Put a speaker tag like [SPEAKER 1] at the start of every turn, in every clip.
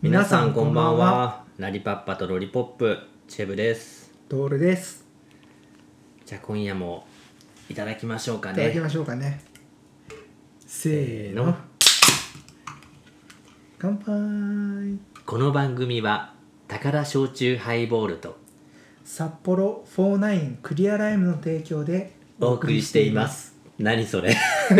[SPEAKER 1] 皆さんこんばんは。
[SPEAKER 2] ラリパッパとロリポップチェブです
[SPEAKER 1] ドールです
[SPEAKER 2] じゃあ今夜もいただきましょうか
[SPEAKER 1] いただき
[SPEAKER 2] ね
[SPEAKER 1] ましょうかねせーの乾杯
[SPEAKER 2] この番組は宝焼酎ハイボールと
[SPEAKER 1] 札幌49クリアライムの提供で
[SPEAKER 2] お送りしています何それ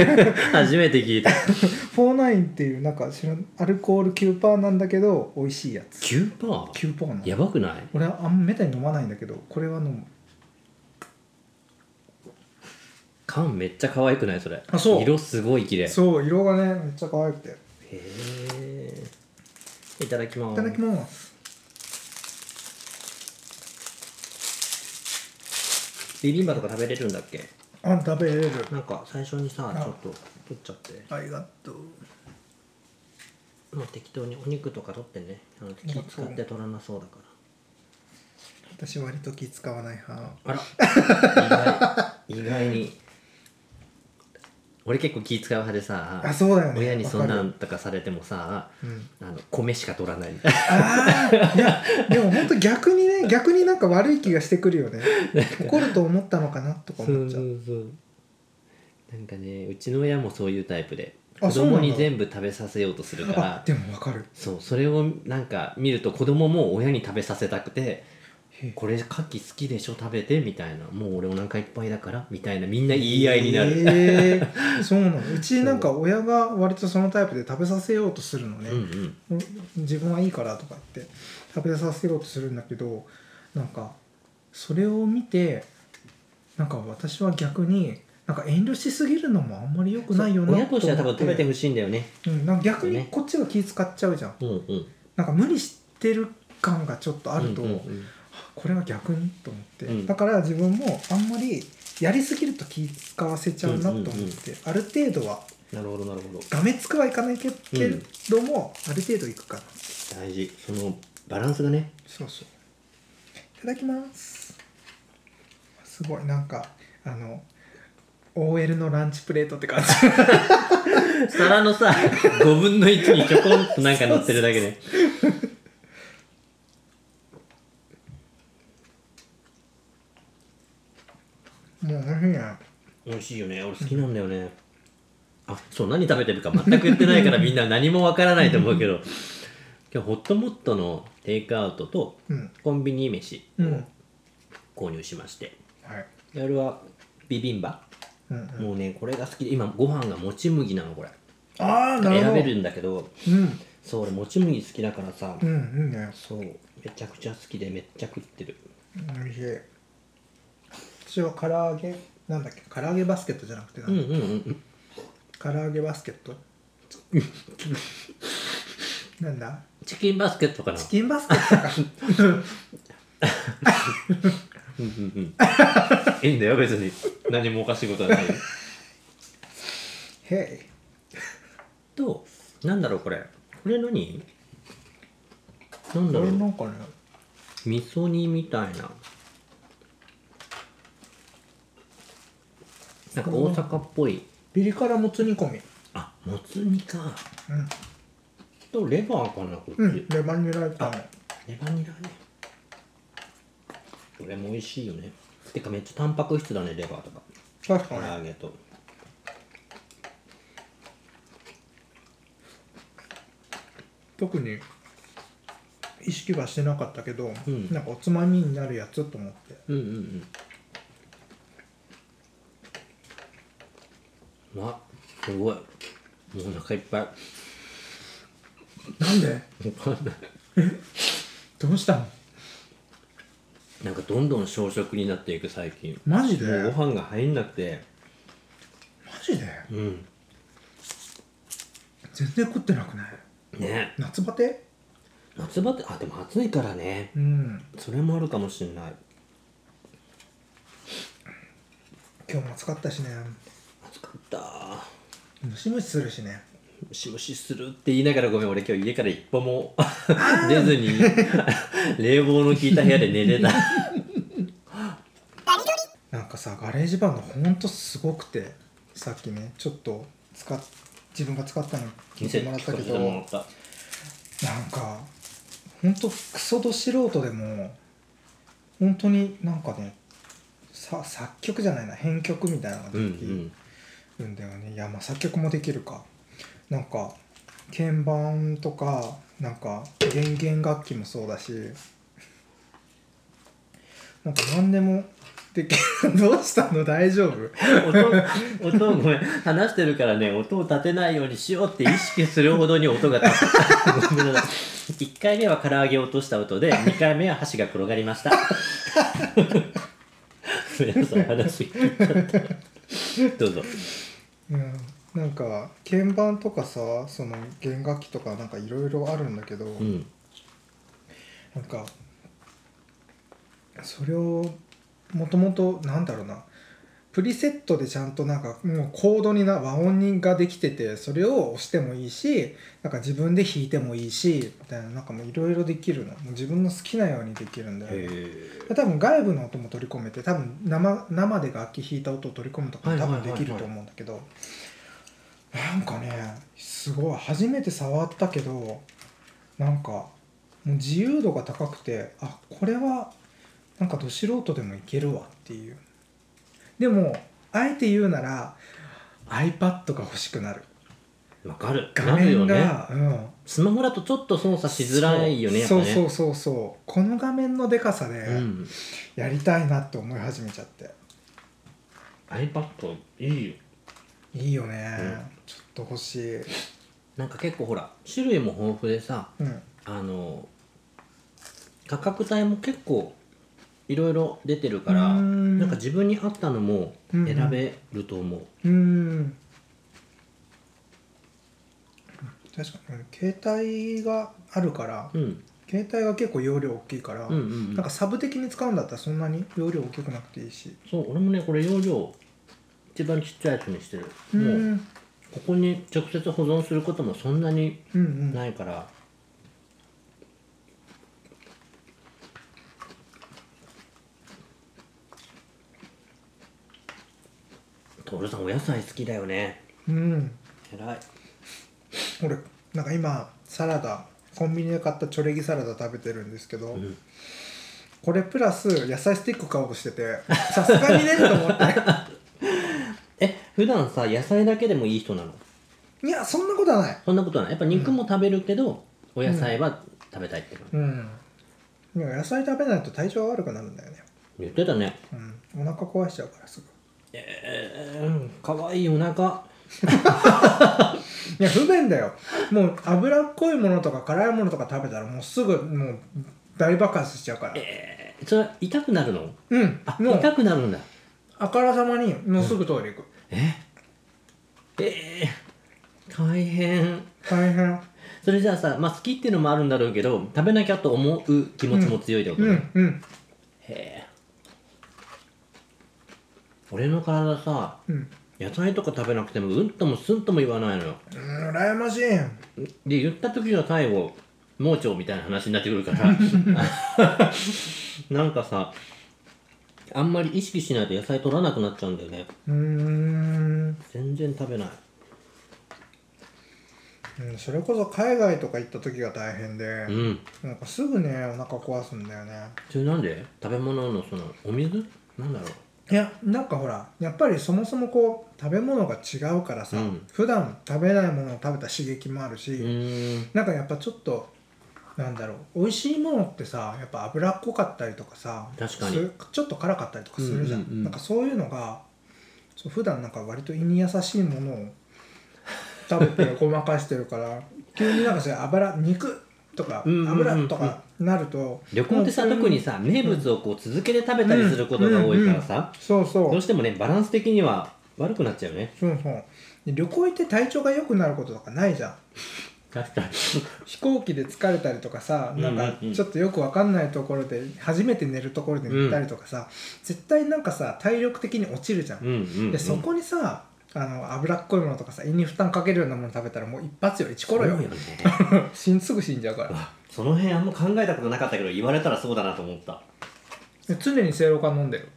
[SPEAKER 2] 初めて聞いた
[SPEAKER 1] 49っていうなんか知らんアルコール9%なんだけど美味しいやつ
[SPEAKER 2] 9パー
[SPEAKER 1] 9%なの
[SPEAKER 2] やばくない
[SPEAKER 1] 俺はあんまめったに飲まないんだけどこれは飲む
[SPEAKER 2] 缶めっちゃ可愛くないそれ
[SPEAKER 1] あそう
[SPEAKER 2] 色すごい綺麗へ
[SPEAKER 1] そう色がねめっちゃ可愛くてい
[SPEAKER 2] えいただきます
[SPEAKER 1] ただきます
[SPEAKER 2] ビビンバとか食べれるんだっけ
[SPEAKER 1] あ食べれる
[SPEAKER 2] なんか最初にさ
[SPEAKER 1] あ
[SPEAKER 2] ちょっと取っちゃって
[SPEAKER 1] ありがとう
[SPEAKER 2] もう適当にお肉とか取ってねあの気使って取らなそうだから
[SPEAKER 1] 私割と気使わない派
[SPEAKER 2] あら意外意外に俺結構気使う派でさ
[SPEAKER 1] あそうだよね
[SPEAKER 2] 親にそんな
[SPEAKER 1] わか
[SPEAKER 2] んとかされてもさ
[SPEAKER 1] うん
[SPEAKER 2] あの米しか取らない
[SPEAKER 1] ああいや でも本当逆にね逆になんか悪い気がしてくるよね怒ると思ったのかなとか
[SPEAKER 2] そうそ
[SPEAKER 1] 思っ
[SPEAKER 2] う
[SPEAKER 1] ちゃう
[SPEAKER 2] そうなんかねうちの親もそういうタイプで
[SPEAKER 1] あ
[SPEAKER 2] 子
[SPEAKER 1] そうなんだ
[SPEAKER 2] 供に全部食べさせようとするか
[SPEAKER 1] あ
[SPEAKER 2] ら
[SPEAKER 1] でもわかる
[SPEAKER 2] そうそれをなんか見ると子供も親に食べさせたくて
[SPEAKER 1] へえ
[SPEAKER 2] 「これ牡蠣好きでしょ食べて」みたいな「もう俺お腹いっぱいだから」みたいなみんな言い合いになる、
[SPEAKER 1] へえそうなのうちなんか親が割とそのタイプで食べさせようとするのね、
[SPEAKER 2] うんうん
[SPEAKER 1] 自分はいいからとか言って食べさせようとするんだけどなんかそれを見てなんか私は逆になんか遠慮しすぎるのもあんまり良くないよな
[SPEAKER 2] 親としては多分食べて
[SPEAKER 1] ほ
[SPEAKER 2] ほしいんだよね
[SPEAKER 1] うん、なんか逆に
[SPEAKER 2] ね
[SPEAKER 1] こっちが気使っちゃうじゃん
[SPEAKER 2] うんうん
[SPEAKER 1] なんか無理してる感がちょっとあると、
[SPEAKER 2] うんうんうん
[SPEAKER 1] これは逆にと思って、
[SPEAKER 2] うん
[SPEAKER 1] だから自分もあんまりやりすぎると気使わせちゃうなと思って、
[SPEAKER 2] うんうんうん
[SPEAKER 1] ある程度は
[SPEAKER 2] なるほどなるほど
[SPEAKER 1] がめつくはいかないけれども、ある程度いくかな
[SPEAKER 2] 大事そのバランスがね
[SPEAKER 1] そうそういただきますすごいなんかあの OL のランチプレートって感じ
[SPEAKER 2] 皿のさ 5分の1にちょこんとなんか乗ってるだけで
[SPEAKER 1] もう美味しいね
[SPEAKER 2] 美味しいよね俺好きなんだよねあそう何食べてるか全く言ってないからみんな何もわからないと思うけど今日ホットモットのテイクアウトと
[SPEAKER 1] うん
[SPEAKER 2] コンビニ飯
[SPEAKER 1] うん
[SPEAKER 2] を購入しまして、
[SPEAKER 1] はい
[SPEAKER 2] で俺はビビンバ、
[SPEAKER 1] うんうん、
[SPEAKER 2] もうねこれが好きで今ご飯がもち麦なのこれ
[SPEAKER 1] ああなる
[SPEAKER 2] 選
[SPEAKER 1] ほ
[SPEAKER 2] べ
[SPEAKER 1] ど
[SPEAKER 2] るんだけど
[SPEAKER 1] うん
[SPEAKER 2] そう俺もち麦好きだからさ、
[SPEAKER 1] うんいいね
[SPEAKER 2] そうめちゃくちゃ好きでめっちゃ食ってる
[SPEAKER 1] 美味しい私は唐揚げなんだっけ唐揚げバスケットじゃなくてな、
[SPEAKER 2] うんうんうん
[SPEAKER 1] 唐揚げバスケットなんだ
[SPEAKER 2] チキンバスケットかな
[SPEAKER 1] チキンバスケットか
[SPEAKER 2] うんうんうんいいんだよ別に何もおかしいことはないよ
[SPEAKER 1] へい
[SPEAKER 2] となんだろうこれこれ何なん
[SPEAKER 1] こ
[SPEAKER 2] だろ
[SPEAKER 1] れ
[SPEAKER 2] う
[SPEAKER 1] なんかね
[SPEAKER 2] 味噌煮みたいななんか大阪っぽい
[SPEAKER 1] ピリ辛もつ煮込み
[SPEAKER 2] あもつ煮かとレバーかなこっち、
[SPEAKER 1] うん、うん、レバニラ炒め
[SPEAKER 2] レバニラねこれも美味しいよねてかめっちゃタンパク質だねレバーとか
[SPEAKER 1] 確
[SPEAKER 2] 唐
[SPEAKER 1] か
[SPEAKER 2] 揚
[SPEAKER 1] に
[SPEAKER 2] げと
[SPEAKER 1] 特に意識はしてなかったけど、
[SPEAKER 2] うん
[SPEAKER 1] なんかおつまみになるやつと思って
[SPEAKER 2] うんうんうんわすごいもうお腹いっぱい
[SPEAKER 1] なんでどうしたの
[SPEAKER 2] なんかどんどん小食になっていく最近
[SPEAKER 1] マジで
[SPEAKER 2] もうご飯が入んなくて
[SPEAKER 1] マジで
[SPEAKER 2] うん
[SPEAKER 1] 全然食ってなくない
[SPEAKER 2] ね
[SPEAKER 1] 夏バテ
[SPEAKER 2] 夏場ってあでも暑いからね
[SPEAKER 1] うん
[SPEAKER 2] それもあるかもしんない
[SPEAKER 1] 今日も暑かったしね
[SPEAKER 2] 暑かった
[SPEAKER 1] ムシムシするしね
[SPEAKER 2] ムシムシするって言いながらごめん俺今日家から一歩も出ずに 冷房の効いた部屋で寝てた
[SPEAKER 1] なんかさガレージバンドほんとすごくてさっきねちょっと使っ自分が使ったの聞いてもらったけどなん
[SPEAKER 2] た
[SPEAKER 1] かほんとクソど素人でも本当になんかねさ作曲じゃないな編曲みたいなのが
[SPEAKER 2] うんう
[SPEAKER 1] でき
[SPEAKER 2] ん
[SPEAKER 1] るんだよね、いやまあ作曲もできるかなんか鍵盤とかなんか弦弦楽器もそうだしなんか何でもできる どうしたの大丈夫
[SPEAKER 2] 音音をごめん話してるからね音を立てないようにしようって意識するほどに音が立った ごめんなさい1回目は唐揚げを落とした音で2回目は箸が転がりました ごめんなさい話聞いちゃったどうぞ
[SPEAKER 1] うん、なんか鍵盤とかさその弦楽器とかなんかいろいろあるんだけど、
[SPEAKER 2] うん
[SPEAKER 1] なんかそれをもともとなんだろうなプリセットでちゃんとなんかもうコードにな和音にができててそれを押してもいいしなんか自分で弾いてもいいしみたいななんかもういろいろできるのもう自分の好きなようにできるんだよね多
[SPEAKER 2] へ
[SPEAKER 1] 分外部の音も取り込めて多分生生で楽器弾いた音を取り込むとか
[SPEAKER 2] は
[SPEAKER 1] も
[SPEAKER 2] いは
[SPEAKER 1] 多
[SPEAKER 2] いはいは
[SPEAKER 1] 分で
[SPEAKER 2] い
[SPEAKER 1] きると思うんだけど、なんかねすごい初めて触ったけどなんかもう自由度が高くてあこれはなんかど素人でもいけるわっていうでもあえて言うなら iPad が欲しくなる
[SPEAKER 2] えわかる
[SPEAKER 1] 画
[SPEAKER 2] なる
[SPEAKER 1] 面
[SPEAKER 2] よね
[SPEAKER 1] が、うん
[SPEAKER 2] スマホだとちょっと操作しづらいよねやっぱ
[SPEAKER 1] そ
[SPEAKER 2] ね
[SPEAKER 1] うそうそうそうこの画面のでかさで、
[SPEAKER 2] うん、
[SPEAKER 1] やりたいなって思い始めちゃって。
[SPEAKER 2] iPad いいよ
[SPEAKER 1] いいよね、
[SPEAKER 2] うん
[SPEAKER 1] ちょっと欲しい、うん、
[SPEAKER 2] なんか結構ほら種類も豊富でさあの価格帯も結構いろいろ出てるから
[SPEAKER 1] うーん
[SPEAKER 2] なんか自分に合ったのも選べると思う、
[SPEAKER 1] うん確かにうん携帯があるから、
[SPEAKER 2] うん、うん
[SPEAKER 1] 携帯が結構容量大きいから、
[SPEAKER 2] うんうん
[SPEAKER 1] なんかサブ的に使うんだったらそんなに容量大きくなくていいし
[SPEAKER 2] そう俺もねこれ容量一番ちっちゃいやつにしてる
[SPEAKER 1] う
[SPEAKER 2] もうんここに直接保存することもそんなに
[SPEAKER 1] うんうん
[SPEAKER 2] ないから、徹さんお野菜好きだよね
[SPEAKER 1] うん
[SPEAKER 2] 偉い
[SPEAKER 1] 俺なんか今サラダコンビニで買ったチョレギサラダ食べてるんですけど、
[SPEAKER 2] ん
[SPEAKER 1] これプラス野菜スティック買おうとしててさすがにねと思って
[SPEAKER 2] え普段さ野菜だけでもいい人なの
[SPEAKER 1] いやそんなことはない
[SPEAKER 2] そんなことはないやっぱ肉も食べるけど、お野菜は食べたいって感じ、
[SPEAKER 1] うんでも野菜食べないと体調が悪くなるんだよね
[SPEAKER 2] 言ってたね
[SPEAKER 1] うん、お腹壊しちゃうからすぐ
[SPEAKER 2] えー、かわいいお腹
[SPEAKER 1] いや不便だよもう脂っこいものとか辛いものとか食べたらもうすぐもう大爆発しちゃうから
[SPEAKER 2] えー、それ痛くなるの
[SPEAKER 1] うん
[SPEAKER 2] あ
[SPEAKER 1] もう
[SPEAKER 2] 痛くなるんだ
[SPEAKER 1] あからさまにもうすぐトイレ行く、
[SPEAKER 2] ええー、大変
[SPEAKER 1] 大変
[SPEAKER 2] それじゃあさ、まあ、好きっていうのもあるんだろうけど食べなきゃと思う気持ちも強いってこと
[SPEAKER 1] う
[SPEAKER 2] ね、
[SPEAKER 1] んうん
[SPEAKER 2] へえ俺の体さ
[SPEAKER 1] うん
[SPEAKER 2] 野菜とか食べなくてもうんともすんとも言わないのよ
[SPEAKER 1] うん羨ましい
[SPEAKER 2] で言った時は最後盲腸みたいな話になってく るからなんかさあんまり意識しないと野菜取らなくなっちゃうんだよね
[SPEAKER 1] うーん
[SPEAKER 2] 全然食べない
[SPEAKER 1] うんそれこそ海外とか行った時が大変で
[SPEAKER 2] う、ん
[SPEAKER 1] なんかすぐねお腹壊すんだよね
[SPEAKER 2] それなんで食べ物のそのお水なんだろう
[SPEAKER 1] いやなんかほらやっぱりそもそもこう食べ物が違うからさ、
[SPEAKER 2] うん
[SPEAKER 1] 普段食べないものを食べた刺激もあるし、
[SPEAKER 2] うーん
[SPEAKER 1] なんかやっぱちょっとなんだろう美味しいものってさやっぱ脂っこかったりとかさ
[SPEAKER 2] 確かに
[SPEAKER 1] すちょっと辛かったりとかするじゃん,、
[SPEAKER 2] うんうんうん
[SPEAKER 1] なんかそういうのがそう普段なんか割と胃に優しいものを食べてごまかしてる から急になんかそういう油肉とか
[SPEAKER 2] うんうんうんうん
[SPEAKER 1] 油とかなると、
[SPEAKER 2] 旅行ってさ
[SPEAKER 1] もう
[SPEAKER 2] 特にさ名物をこう続けて食べたりすることが多いからさ、
[SPEAKER 1] そうそう
[SPEAKER 2] どうしてもねバランス的には悪くなっちゃうよね
[SPEAKER 1] そうそうで旅行行って体調が良くなることとかないじゃん
[SPEAKER 2] 確かに
[SPEAKER 1] 飛行機で疲れたりとかさなんか
[SPEAKER 2] うんうんうん
[SPEAKER 1] ちょっとよくわかんないところで初めて寝るところで寝たりとかさ、絶対なんかさ体力的に落ちるじゃん、
[SPEAKER 2] うんうん、うん、
[SPEAKER 1] でそこにさあの脂っこいものとかさ胃に負担かけるようなもの食べたらもう一発よ一コロよ
[SPEAKER 2] そうよね
[SPEAKER 1] 死んすぐ死んじゃうから
[SPEAKER 2] わその辺あんま考えたことなかったけど言われたらそうだなと思った
[SPEAKER 1] え常にせいろがん飲んでる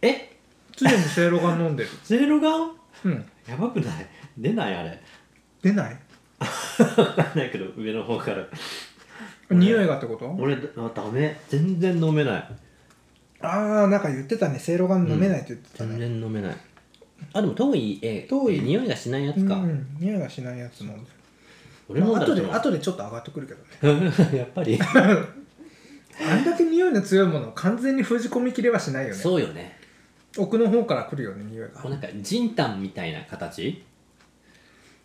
[SPEAKER 2] え
[SPEAKER 1] 常にせいろがん飲んでる
[SPEAKER 2] ゼロガン
[SPEAKER 1] うん
[SPEAKER 2] やばくない出ないあれ
[SPEAKER 1] 出ない
[SPEAKER 2] わかんないけど上の方から俺
[SPEAKER 1] 匂いがってこと
[SPEAKER 2] 俺あダメ全然飲めない
[SPEAKER 1] ああなんか言ってたねせいろがん飲めないって言ってた
[SPEAKER 2] 全
[SPEAKER 1] ね、
[SPEAKER 2] 然飲めないあでも遠いえ
[SPEAKER 1] 遠い
[SPEAKER 2] え匂いがしないや
[SPEAKER 1] う
[SPEAKER 2] つ
[SPEAKER 1] ん
[SPEAKER 2] か、
[SPEAKER 1] うん、匂いがしないやつ飲んで
[SPEAKER 2] 俺
[SPEAKER 1] る、
[SPEAKER 2] も
[SPEAKER 1] まあ、後で
[SPEAKER 2] あ
[SPEAKER 1] 後でちょっと上がってくるけどね
[SPEAKER 2] やっぱり
[SPEAKER 1] あんだけ匂いの強いものを完全に封じ込みきれはしないよね
[SPEAKER 2] そうよね
[SPEAKER 1] 奥の方から来るよね匂いが
[SPEAKER 2] こうなんかジンタンみたいな形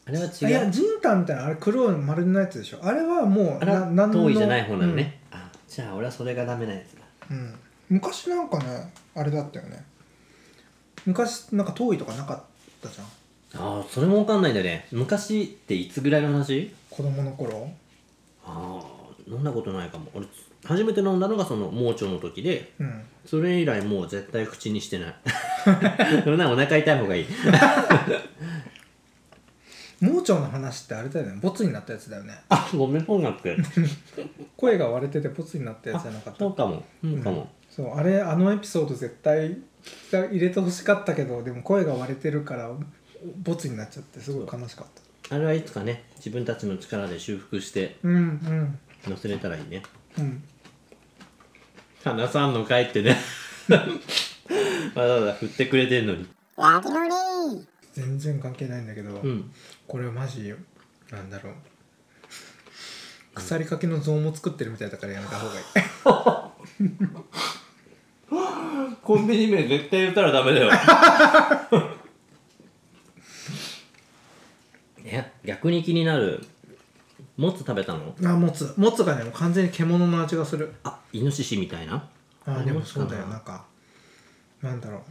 [SPEAKER 2] あれは
[SPEAKER 1] あい
[SPEAKER 2] 違
[SPEAKER 1] や
[SPEAKER 2] う
[SPEAKER 1] ジンタンみたいなあれ黒い丸のやつでしょあれはもう
[SPEAKER 2] あれは
[SPEAKER 1] なんの
[SPEAKER 2] 遠いじゃない方なのね、あじゃあ俺はそれがダメなやつだ
[SPEAKER 1] うん、うん昔なんかねあれだったよね昔なんか遠いとかなかったじゃん
[SPEAKER 2] ああそれも分かんないんだよね昔っていつぐらいの話
[SPEAKER 1] 子供の頃
[SPEAKER 2] ああ飲んだことないかも俺初めて飲んだのがその盲腸の時で
[SPEAKER 1] うん
[SPEAKER 2] それ以来もう絶対口にして ないそんなお腹痛い方 がいい
[SPEAKER 1] 盲腸の話ってあれだよねボツになったやつだよね
[SPEAKER 2] あごめんそうな って
[SPEAKER 1] 声が割れててボツになったやつじゃなかった
[SPEAKER 2] そうかもそうかも、
[SPEAKER 1] そうあれあのエピソード絶対聞きた入れてほしかったけどでも声が割れてるからボツになっちゃってすごい悲しかった
[SPEAKER 2] あれはいつかね自分たちの力で修復して
[SPEAKER 1] うんうん
[SPEAKER 2] 乗せれたらいいね
[SPEAKER 1] うん
[SPEAKER 2] 話さんのかいってね わざわざ振ってくれてんのに
[SPEAKER 1] 全然関係ないんだけど、
[SPEAKER 2] うん
[SPEAKER 1] これマジなんだろう腐りかけの像も作ってるみたいだからやめた方がいい
[SPEAKER 2] コンビニ名絶対言ったらダメだ よいや逆に気になるもつ食べたの
[SPEAKER 1] あもつもつがねもう完全に獣の味がする
[SPEAKER 2] あイノシシみたいな
[SPEAKER 1] あ
[SPEAKER 2] あ
[SPEAKER 1] でも
[SPEAKER 2] もつか
[SPEAKER 1] そう
[SPEAKER 2] な
[SPEAKER 1] だよなんかなんだろう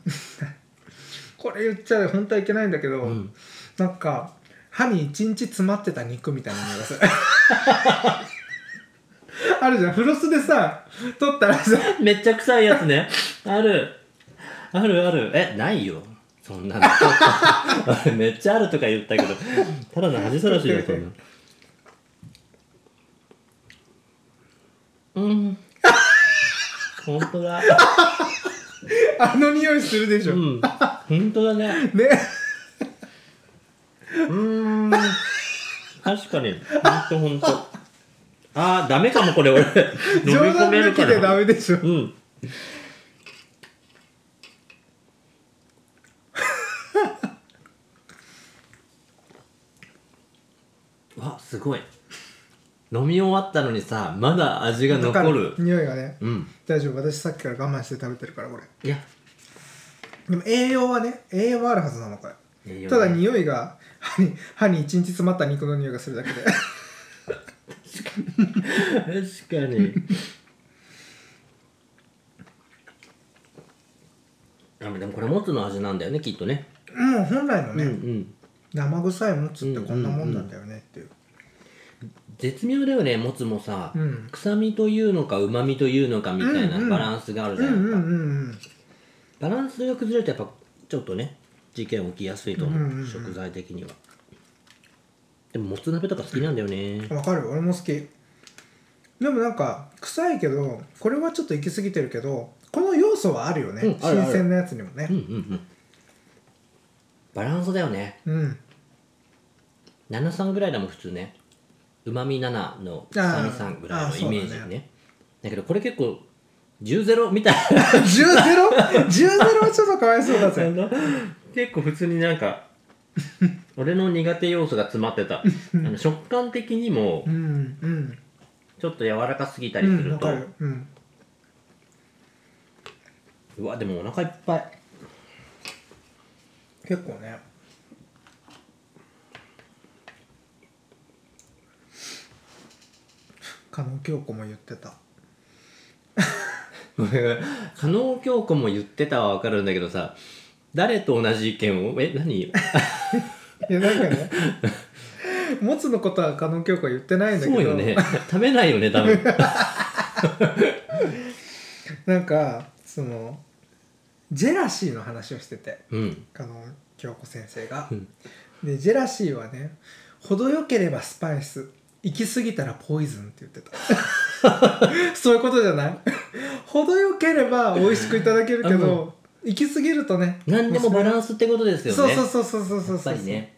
[SPEAKER 1] これ言っちゃ本当はいけないんだけど、
[SPEAKER 2] ん
[SPEAKER 1] なんか歯に一日詰まってた肉みたいなのがする あるじゃんフロスでさ取ったらさ
[SPEAKER 2] めっちゃ臭いやつねあるあるあるえないよそんなのあれめっちゃあると か言ったけどただの恥さらしだよそんなうん 本当だ
[SPEAKER 1] あの匂いするでし
[SPEAKER 2] う
[SPEAKER 1] ょ、
[SPEAKER 2] ん本当だね
[SPEAKER 1] ね
[SPEAKER 2] うーん確かにほんとほんとあーダメかもこれ俺飲み
[SPEAKER 1] 冗
[SPEAKER 2] 込
[SPEAKER 1] 談
[SPEAKER 2] め
[SPEAKER 1] 抜
[SPEAKER 2] る
[SPEAKER 1] き
[SPEAKER 2] か
[SPEAKER 1] でダ
[SPEAKER 2] ら
[SPEAKER 1] メでしょ
[SPEAKER 2] うんわすごい飲み終わったのにさまだ味が
[SPEAKER 1] だから
[SPEAKER 2] 残る
[SPEAKER 1] 匂いがね
[SPEAKER 2] うん
[SPEAKER 1] 大丈夫私さっきから我慢して食べてるからこれ
[SPEAKER 2] いや
[SPEAKER 1] でも栄養はね栄養はあるはずなのこれ
[SPEAKER 2] 栄養
[SPEAKER 1] ただ
[SPEAKER 2] ない
[SPEAKER 1] 匂いが歯に歯に一日詰まった肉の匂いがするだけで
[SPEAKER 2] 確かにあでもこれもつの味なんだよねきっとね
[SPEAKER 1] もう本来の
[SPEAKER 2] うん
[SPEAKER 1] ね、
[SPEAKER 2] うん
[SPEAKER 1] 生臭いもつってこんなもんなんだよねっていう
[SPEAKER 2] 絶妙だよねもつもさ、
[SPEAKER 1] うん
[SPEAKER 2] 臭みというのかうまみというのかみたい
[SPEAKER 1] うんう
[SPEAKER 2] なんバランスがある
[SPEAKER 1] う
[SPEAKER 2] じ
[SPEAKER 1] ん
[SPEAKER 2] ゃ
[SPEAKER 1] う
[SPEAKER 2] ない
[SPEAKER 1] ん
[SPEAKER 2] で
[SPEAKER 1] う
[SPEAKER 2] すか、
[SPEAKER 1] ん
[SPEAKER 2] バランスが崩れるとやっぱちょっとね事件起きやすいと思う,、
[SPEAKER 1] うんうんうん
[SPEAKER 2] 食材的にはでももつ鍋とか好きなんだよね
[SPEAKER 1] うんわかる俺も好きでもなんか臭いけどこれはちょっと行き過ぎてるけどこの要素はあるよね、
[SPEAKER 2] うんあるある
[SPEAKER 1] 新鮮なやつにもね
[SPEAKER 2] うんうんうんバランスだよね
[SPEAKER 1] うん、
[SPEAKER 2] 73ぐらいだもん普通ねうまみ7の臭み3ぐらいのイメージ
[SPEAKER 1] あーあーそう
[SPEAKER 2] ね
[SPEAKER 1] だ
[SPEAKER 2] だけどこれ結構10-0みたい
[SPEAKER 1] 10-0?10-0 はちょっとかわいそうだ
[SPEAKER 2] な
[SPEAKER 1] ぜ
[SPEAKER 2] 結構普通になんか俺の苦手要素が詰まってたあの食感的にも
[SPEAKER 1] うんうん
[SPEAKER 2] ちょっと柔らかすぎた
[SPEAKER 1] う
[SPEAKER 2] りす
[SPEAKER 1] ん
[SPEAKER 2] る
[SPEAKER 1] わ
[SPEAKER 2] と、
[SPEAKER 1] か
[SPEAKER 2] う
[SPEAKER 1] るうん
[SPEAKER 2] わでもお腹いっぱい
[SPEAKER 1] 結構ね加納京子も言ってた
[SPEAKER 2] 加納京子も言ってたは分かるんだけどさ誰と同じ意見をえ 何
[SPEAKER 1] いやなんかね持つのことは加納京子は言ってないんだけ
[SPEAKER 2] そ
[SPEAKER 1] ど
[SPEAKER 2] うよね食べないよね多分
[SPEAKER 1] なんかそのジェラシーの話をしてて
[SPEAKER 2] うん
[SPEAKER 1] 加納京子先生が
[SPEAKER 2] うん。
[SPEAKER 1] でジェラシーはね程よければスパイス行き過ぎたらポイズンって言ってた そういうことじゃない程よければ美味しくいただけるけど行き過ぎるとね
[SPEAKER 2] 何でもバラ
[SPEAKER 1] ン
[SPEAKER 2] ンスってことですよね。
[SPEAKER 1] そうそうそうそうそうそう
[SPEAKER 2] やっぱりね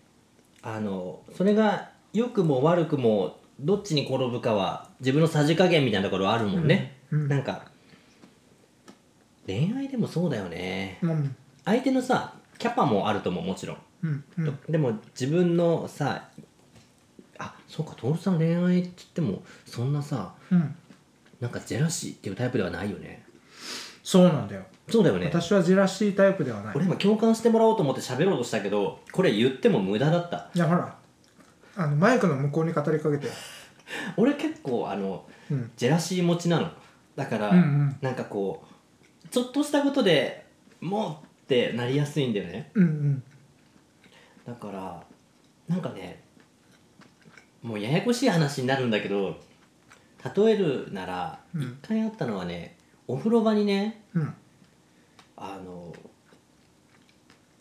[SPEAKER 2] あのそれが良くも悪くもどっちに転ぶかは自分のさじ加減みたいなところはあるもんね、
[SPEAKER 1] うんうん
[SPEAKER 2] なんか恋愛でもそうだよね
[SPEAKER 1] うん
[SPEAKER 2] 相手のさキャパもあるとももちろん、
[SPEAKER 1] うんうん
[SPEAKER 2] でも自分のさあそうか徹さん恋愛って言ってもそんなさ
[SPEAKER 1] うん
[SPEAKER 2] なんかジェラシーっていうタイプではないよね
[SPEAKER 1] そうなんだよ
[SPEAKER 2] そうだよね
[SPEAKER 1] 私はジェラシータイプではない
[SPEAKER 2] 俺今共感してもらおうと思って喋ろうとしたけどこれ言っても無駄だった
[SPEAKER 1] いやほらあのマイクの向こうに語りかけて
[SPEAKER 2] 俺結構あの
[SPEAKER 1] うん
[SPEAKER 2] ジェラシー持ちなのだから、
[SPEAKER 1] うんうん
[SPEAKER 2] なんかこうちょっとしたことでもうってなりやすいんだよね
[SPEAKER 1] うんうん
[SPEAKER 2] だからなんかねもうややこしい話になるんだけど例えるなら
[SPEAKER 1] うん
[SPEAKER 2] 一回あったのはね、お風呂場にね
[SPEAKER 1] うん
[SPEAKER 2] あの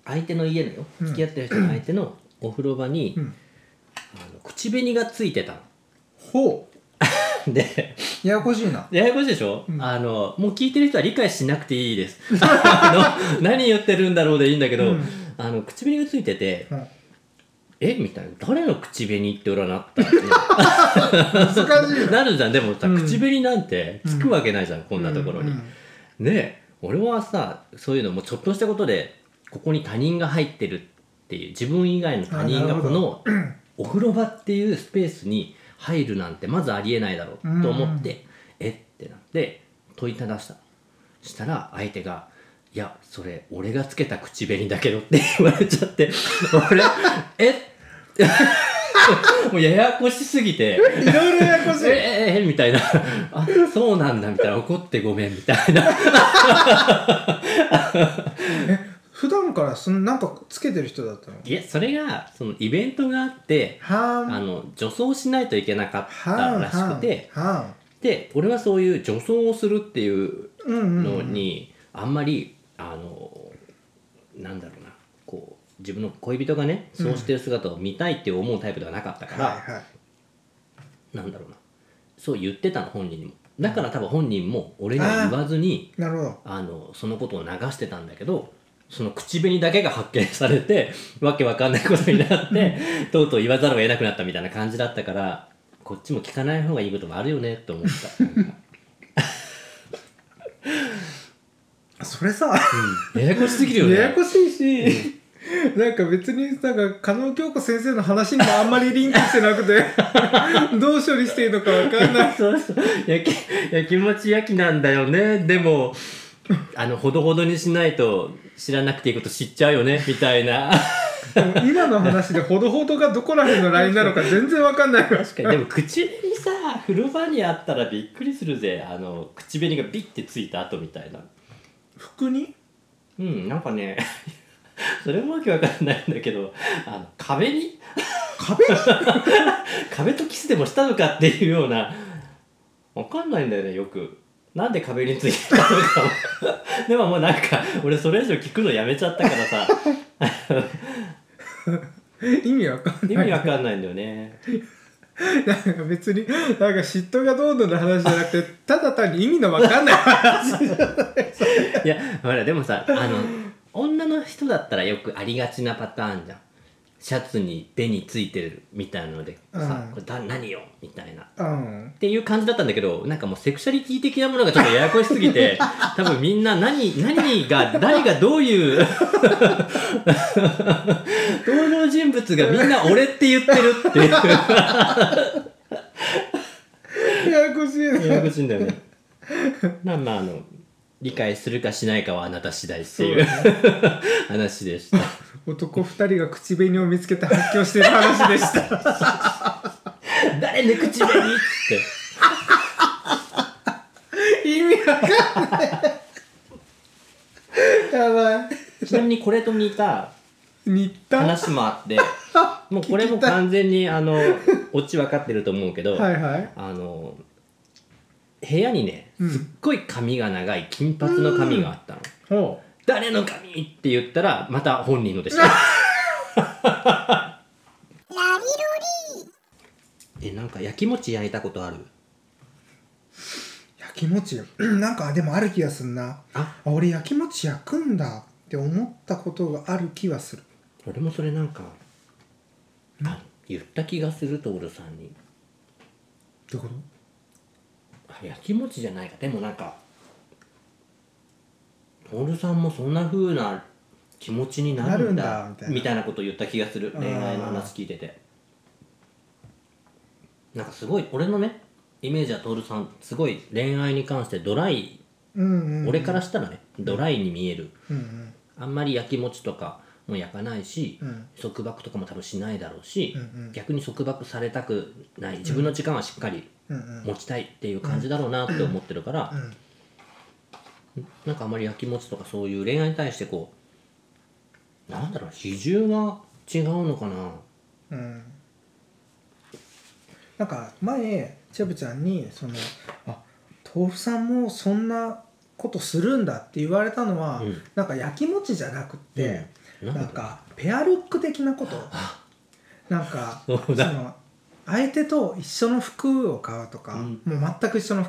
[SPEAKER 2] 相手の家のよ
[SPEAKER 1] うん
[SPEAKER 2] 付き合ってる人の相手のお風呂場に、
[SPEAKER 1] うん
[SPEAKER 2] あの口紅がついてた
[SPEAKER 1] ほう
[SPEAKER 2] ので
[SPEAKER 1] ややこしいな
[SPEAKER 2] ややこしいでしょ、
[SPEAKER 1] うん
[SPEAKER 2] あのもう聞いてる人は理解しなくてい いですあの何言ってるんだろうでいいんだけ
[SPEAKER 1] う
[SPEAKER 2] ど、
[SPEAKER 1] ん
[SPEAKER 2] あの口紅がついてて
[SPEAKER 1] うん
[SPEAKER 2] 「えみたいな「誰の口紅って俺はなった」って
[SPEAKER 1] 難しいな
[SPEAKER 2] なるじゃんでもさ、
[SPEAKER 1] うん
[SPEAKER 2] 口紅なんてつくわけないじゃん、こんなところに。
[SPEAKER 1] うんうん
[SPEAKER 2] で俺はさそういうのもちょっとしたことでここに他人が入ってるっていう自分以外の他人が
[SPEAKER 1] あな
[SPEAKER 2] こ
[SPEAKER 1] るほ
[SPEAKER 2] のお風呂場っていうスペースに入るなんてまずありえないだろうと思ってえってなって問いただしたしたら相手が「いやそれ俺がつけた口紅だけど」って言われちゃって俺「え もうややこしすぎて。
[SPEAKER 1] いろいろややこしい
[SPEAKER 2] ええええみたいな「あそうなんだ」みたいな「怒ってごめん」みたいな
[SPEAKER 1] 普段からそのなんかつけてる人だったの
[SPEAKER 2] いやそれがそのイベントがあって
[SPEAKER 1] は
[SPEAKER 2] あ
[SPEAKER 1] ーん
[SPEAKER 2] の女装しないといけなかったらしくて
[SPEAKER 1] はーんは
[SPEAKER 2] で俺はそういう女装をするっていう
[SPEAKER 1] ーんうんうん
[SPEAKER 2] のにあんまりあのなんだろうなこう自分の恋人がねそうしてる姿を見たいって思うタイプではなかったから、
[SPEAKER 1] はいはい
[SPEAKER 2] なんだろうなそう言ってたの本人にもだから多分本人も俺には言わずに
[SPEAKER 1] なるほど
[SPEAKER 2] あのそのことを流してたんだけどその口紅だけが発見されてわけわかんないことになってとうとう言わざるを得なくなったみたいな感じだったからこっちも聞かない方がいいこともあるよねって思った、うん
[SPEAKER 1] それさ
[SPEAKER 2] ややこしすぎるよね
[SPEAKER 1] ややこしいしなんか別になんか加納京子先生の話にもあんまりリンクしてなくて どう処理していいのかわかんない
[SPEAKER 2] そうそうやきやきもちやきなんだよねでもあのほどほどにしないと知らなくていいこと知っちゃうよねみたいな
[SPEAKER 1] 今の話でほどほどがどこら辺のラインなのか全然わかんないわ
[SPEAKER 2] 確かにでも口紅さ風呂場にあったらびっくりするぜあの口紅がビッてついた後みたいな
[SPEAKER 1] 服に
[SPEAKER 2] うんなんかね それもわけわかんないんだけどあの壁に
[SPEAKER 1] 壁に
[SPEAKER 2] 壁とキスでもしたのかっていうようなわかんないんだよねよくなんで壁についてたのかも でももうなんか俺それ以上聞くのやめちゃったから さ
[SPEAKER 1] 意味わかん
[SPEAKER 2] 意
[SPEAKER 1] ない
[SPEAKER 2] 味わかんないんだよね
[SPEAKER 1] なんか別になんか嫉妬がどうのの話じゃなくてただ単に意味のわかんない
[SPEAKER 2] いやほらでもさあの女の人だったらよくありがちなパターンじゃんシャツに紅ついてるみたいなのでさ、
[SPEAKER 1] うん
[SPEAKER 2] これだ何よみたいな
[SPEAKER 1] うん
[SPEAKER 2] っていう感じだったんだけどなんかもうセクシャリティ的なものがちょっとややこしすぎ て多分みんな何何が誰がどういう 登場人物がみんな俺って言ってるっていう
[SPEAKER 1] ややこしいな
[SPEAKER 2] ややこしいんだよねまあまああの理解するかしないかはあなた次第っていう話でした
[SPEAKER 1] 男2人が口紅を見つけて発狂してる話でした
[SPEAKER 2] 誰の口紅って
[SPEAKER 1] 意味わかんないやばい
[SPEAKER 2] ちなみにこれと似た
[SPEAKER 1] 新田は
[SPEAKER 2] 話もあってもうこれも完全にあのオチ分かってると思うけど、
[SPEAKER 1] いはい
[SPEAKER 2] あの部屋にね
[SPEAKER 1] うん
[SPEAKER 2] すっごい髪が長い金髪の髪があったの、
[SPEAKER 1] ほ
[SPEAKER 2] 誰の髪って言ったらまた本人のでした えなんかやきもち焼いたことある
[SPEAKER 1] 焼きもちうん なんかでもある気がすんな
[SPEAKER 2] あ
[SPEAKER 1] あ俺焼きもち焼くんだって思ったことがある気はする
[SPEAKER 2] 俺もそれなんかあ言った気がするとおるさんに
[SPEAKER 1] ってこと
[SPEAKER 2] あやきもちじゃないかでもなんか徹さんもそんな風な気持ちになるんだ
[SPEAKER 1] なるんだみ
[SPEAKER 2] み
[SPEAKER 1] た
[SPEAKER 2] た
[SPEAKER 1] いない
[SPEAKER 2] なこと言った気がする
[SPEAKER 1] あー
[SPEAKER 2] 恋愛の話聞いててなんかすごい俺のねイメージは徹さんすごい恋愛に関してドライ、
[SPEAKER 1] うんうん、うん、
[SPEAKER 2] 俺からしたらねドライに見える
[SPEAKER 1] うんうん
[SPEAKER 2] あんまりやきもちとかも焼かないし、
[SPEAKER 1] うん
[SPEAKER 2] 束縛とかも多分しないだろうし、
[SPEAKER 1] うんうん
[SPEAKER 2] 逆に束縛されたくない自分の時間はしっかり
[SPEAKER 1] うんうん
[SPEAKER 2] 持ちたいっていう感じだろうなって思ってるから、
[SPEAKER 1] うん
[SPEAKER 2] なんかあまりやきもちとかそういう恋愛に対してこうなんだろう比重が違うのかな
[SPEAKER 1] うんなんか前チェブちゃんにそのあ豆腐さんもそんなことするんだって言われたのは、
[SPEAKER 2] うん
[SPEAKER 1] なんかやきもちじゃなくって、
[SPEAKER 2] うんなんだ
[SPEAKER 1] なんかペアルック的なことなんか
[SPEAKER 2] そ
[SPEAKER 1] そう
[SPEAKER 2] だ
[SPEAKER 1] の相手と一緒の服を買うとか、
[SPEAKER 2] うん
[SPEAKER 1] もう全く一緒の
[SPEAKER 2] うんう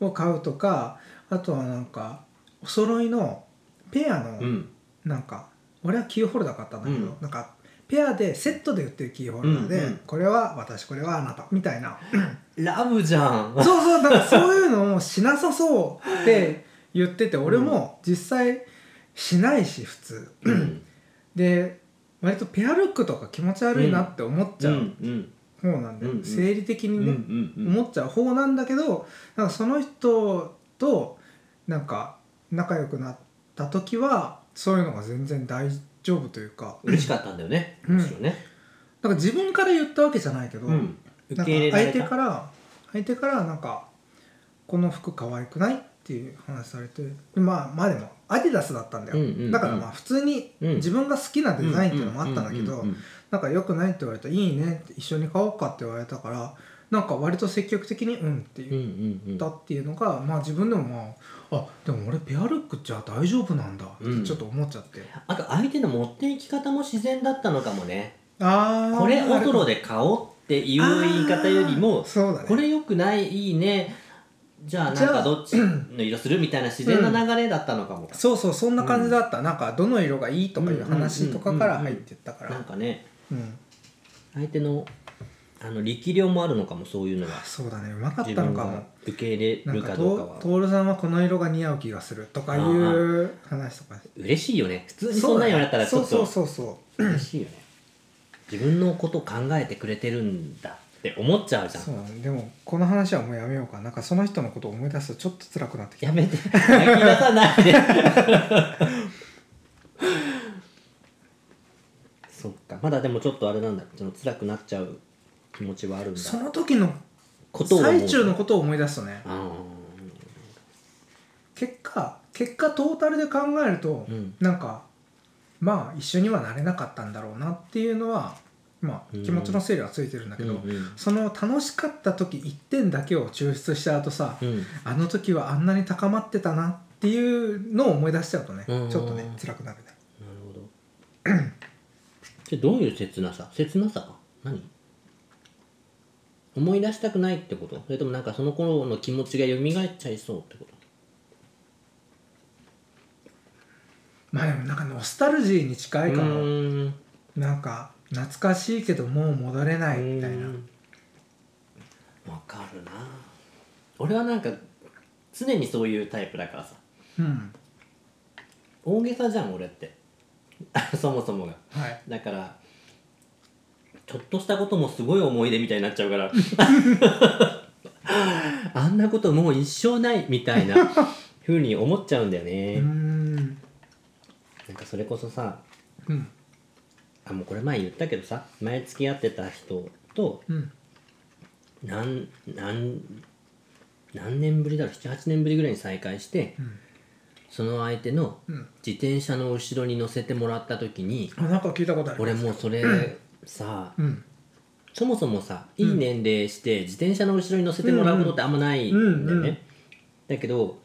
[SPEAKER 1] 服
[SPEAKER 2] ん
[SPEAKER 1] を買うとか、あとはなんかお揃いのペアの、
[SPEAKER 2] うん
[SPEAKER 1] なんか俺はキーホルダー買ったんだけど、
[SPEAKER 2] うん
[SPEAKER 1] なんかペアでセットで売ってるキーホルダーで、
[SPEAKER 2] うんうん
[SPEAKER 1] これは私これはあなたみたいな
[SPEAKER 2] ラブじゃん
[SPEAKER 1] そうそうなんかそういうのをしなさそうって言ってて俺も実際しないし普通
[SPEAKER 2] うん
[SPEAKER 1] で割とペアルックとか気持ち悪いなって思っちゃ
[SPEAKER 2] う
[SPEAKER 1] うん
[SPEAKER 2] うん
[SPEAKER 1] 方なんで、
[SPEAKER 2] うんうん
[SPEAKER 1] 生理的
[SPEAKER 2] う
[SPEAKER 1] に
[SPEAKER 2] ん
[SPEAKER 1] ね、
[SPEAKER 2] うんうん
[SPEAKER 1] 思っちゃう方なんだけどなんかその人となんか仲良くなった時はそういうのが全然大丈夫というか
[SPEAKER 2] 嬉しかったんだよね
[SPEAKER 1] うん
[SPEAKER 2] むしろね
[SPEAKER 1] なんか自分から言ったわけじゃないけど、
[SPEAKER 2] うん
[SPEAKER 1] な
[SPEAKER 2] 受
[SPEAKER 1] んか
[SPEAKER 2] け入れられ
[SPEAKER 1] 相
[SPEAKER 2] た
[SPEAKER 1] 手から相手からなんか「この服可愛くない?」っていう話されてまあまあでもアディダスだったんだよ、
[SPEAKER 2] うんうんうん
[SPEAKER 1] だからまあ普通に
[SPEAKER 2] うん
[SPEAKER 1] 自分が好きなデザインっていうのもあったんだけど、
[SPEAKER 2] うう
[SPEAKER 1] なんか良くないって言われたら「いいね」って一緒に買おうかって言われたからなんか割と積極的に「うん」って
[SPEAKER 2] うんう
[SPEAKER 1] 言っ
[SPEAKER 2] んうん
[SPEAKER 1] たっていうのが、まあ自分でもまああでも俺ペアルックじゃ大丈夫なんだってちょっと思っちゃって、
[SPEAKER 2] あと相手の持っていき方も自然だったのかもね
[SPEAKER 1] ああ
[SPEAKER 2] これオトロで買おうっていう言い方よりも
[SPEAKER 1] そうだね
[SPEAKER 2] これ良くないいいねじゃあなん
[SPEAKER 1] じゃ
[SPEAKER 2] か
[SPEAKER 1] あ
[SPEAKER 2] どっちの色するみたいな自然な流れだったのかも、
[SPEAKER 1] そうそうそんな感じだった、なんかどの色がいいとかいう話とかから入ってったか
[SPEAKER 2] なん
[SPEAKER 1] ら
[SPEAKER 2] かね
[SPEAKER 1] うん
[SPEAKER 2] 相手のあの力量もあるのかもそういうのが
[SPEAKER 1] そうだねうまかっ
[SPEAKER 2] 自
[SPEAKER 1] たの
[SPEAKER 2] 分
[SPEAKER 1] か
[SPEAKER 2] が
[SPEAKER 1] も
[SPEAKER 2] 受け入れ
[SPEAKER 1] なん
[SPEAKER 2] る
[SPEAKER 1] か
[SPEAKER 2] かどうかは
[SPEAKER 1] と徹さんはこの色が似合う気がするとかいう話とか
[SPEAKER 2] 嬉しいよね普通にそんなん言われたらちょっ
[SPEAKER 1] そう
[SPEAKER 2] と
[SPEAKER 1] そうそう
[SPEAKER 2] 嬉しいよね自分のこと考えてくれてるんだって思っちゃうじ
[SPEAKER 1] そ
[SPEAKER 2] ゃ
[SPEAKER 1] うんそうだねでもこの話はもうやめようかなんかその人のことを思い出すとちょっと辛くなってきた
[SPEAKER 2] やめて泣き出さないで そっかまだでもちょっとあれなんだその辛くなっちゃう気持ちはあるんだ
[SPEAKER 1] その時の
[SPEAKER 2] ことを思う
[SPEAKER 1] 最中のことを思い出すとね
[SPEAKER 2] あ
[SPEAKER 1] 結果結果トータルで考えると、
[SPEAKER 2] うん
[SPEAKER 1] なんかまあ一緒にはなれなかったんだろうなっていうのはまあ
[SPEAKER 2] うん
[SPEAKER 1] 気持ちの整理はついてるんだ
[SPEAKER 2] あ
[SPEAKER 1] けど、その楽しかった時1点だけを抽出しちゃうとさ、
[SPEAKER 2] うん
[SPEAKER 1] あの時はあんなに高まってたなっていうのを思い出しちゃうとね、
[SPEAKER 2] うん
[SPEAKER 1] ちょっとね辛くなるね
[SPEAKER 2] なるほどでどういう切なさ切なさか何思い出したくないってことそれともなんかその頃の気持ちが蘇っちゃいそうってこと
[SPEAKER 1] まあでもなんかノスタルジーに近いか
[SPEAKER 2] う
[SPEAKER 1] も、
[SPEAKER 2] ーん
[SPEAKER 1] なんか懐かしいけどもう戻れないみたいな、
[SPEAKER 2] うーんわかるな俺はなんか常にそういうタイプだからさ
[SPEAKER 1] うん
[SPEAKER 2] 大げさじゃん俺って そもそもが
[SPEAKER 1] はい
[SPEAKER 2] だからちょっとしたこともすごい思い出みたいになっちゃうから あんなこともう一生ないみた いなふうに思っちゃうんだよね、
[SPEAKER 1] うーん
[SPEAKER 2] なんかそれこそさ
[SPEAKER 1] うん
[SPEAKER 2] あもうこれ前言ったけどさ前付き合ってた人と
[SPEAKER 1] うん
[SPEAKER 2] 何何何年ぶりだろう78年ぶりぐらいに再会して
[SPEAKER 1] うん
[SPEAKER 2] その相手の
[SPEAKER 1] うん
[SPEAKER 2] 自転車の後ろに乗せてもらった時に
[SPEAKER 1] あなんか聞いたことある
[SPEAKER 2] 俺もうそれさ
[SPEAKER 1] うん
[SPEAKER 2] そもそもさいい年齢して自転車の後ろに乗せてもらうことってあんまないんだよね、
[SPEAKER 1] うんうんうん
[SPEAKER 2] だけど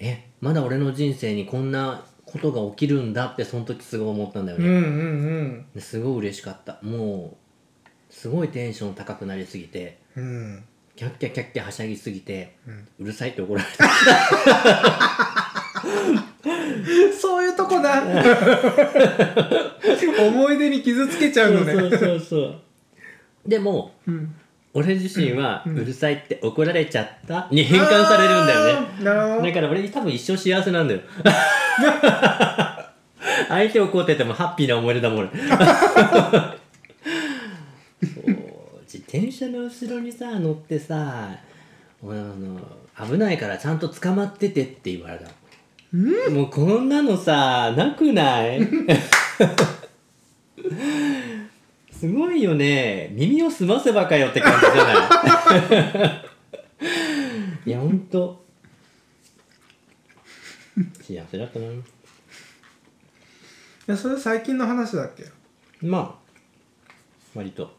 [SPEAKER 2] えまだ俺の人生にこんなことが起きるんだってその時すごい思ったんだよ
[SPEAKER 1] うん
[SPEAKER 2] ね、
[SPEAKER 1] うん
[SPEAKER 2] ですごい嬉しかったもうすごいテンション高くなりすぎて
[SPEAKER 1] うんうん
[SPEAKER 2] キャッキャキャッキャはしゃぎすぎて
[SPEAKER 1] うん
[SPEAKER 2] うるさいって怒られた
[SPEAKER 1] そういうとこ な思い出に傷つけちゃうのね
[SPEAKER 2] そうそうそうでも
[SPEAKER 1] うん
[SPEAKER 2] 俺自身は
[SPEAKER 1] う
[SPEAKER 2] うんるさいって怒られちゃったに変換されるんだよね
[SPEAKER 1] あーなるほど
[SPEAKER 2] だから俺多分一生幸せなんだよ 相手怒っててもハッピーな思い出だもん俺 そう自転車の後ろにさ乗ってさ俺あの危ないからちゃんと捕まっててって言われたもうこんなのさなくない すごいよね耳を澄ませばかよって感じじゃない いやほんと幸せだったない
[SPEAKER 1] やそれ最近の話だっけ
[SPEAKER 2] まあ割と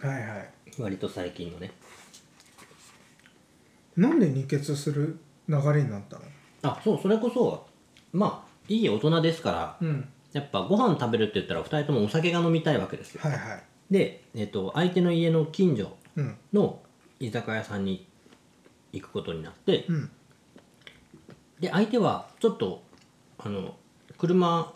[SPEAKER 1] はいはい
[SPEAKER 2] 割と最近のね
[SPEAKER 1] なんで二血する流れになったの
[SPEAKER 2] あそうそれこそまあいい大人ですから
[SPEAKER 1] うん
[SPEAKER 2] やっぱご飯食べるって言ったら2人ともお酒が飲みたいわけですよ
[SPEAKER 1] はいはい
[SPEAKER 2] で、えっと、相手の家の近所
[SPEAKER 1] うん
[SPEAKER 2] の居酒屋さんに行くことになって、
[SPEAKER 1] うん
[SPEAKER 2] で相手はちょっとあの車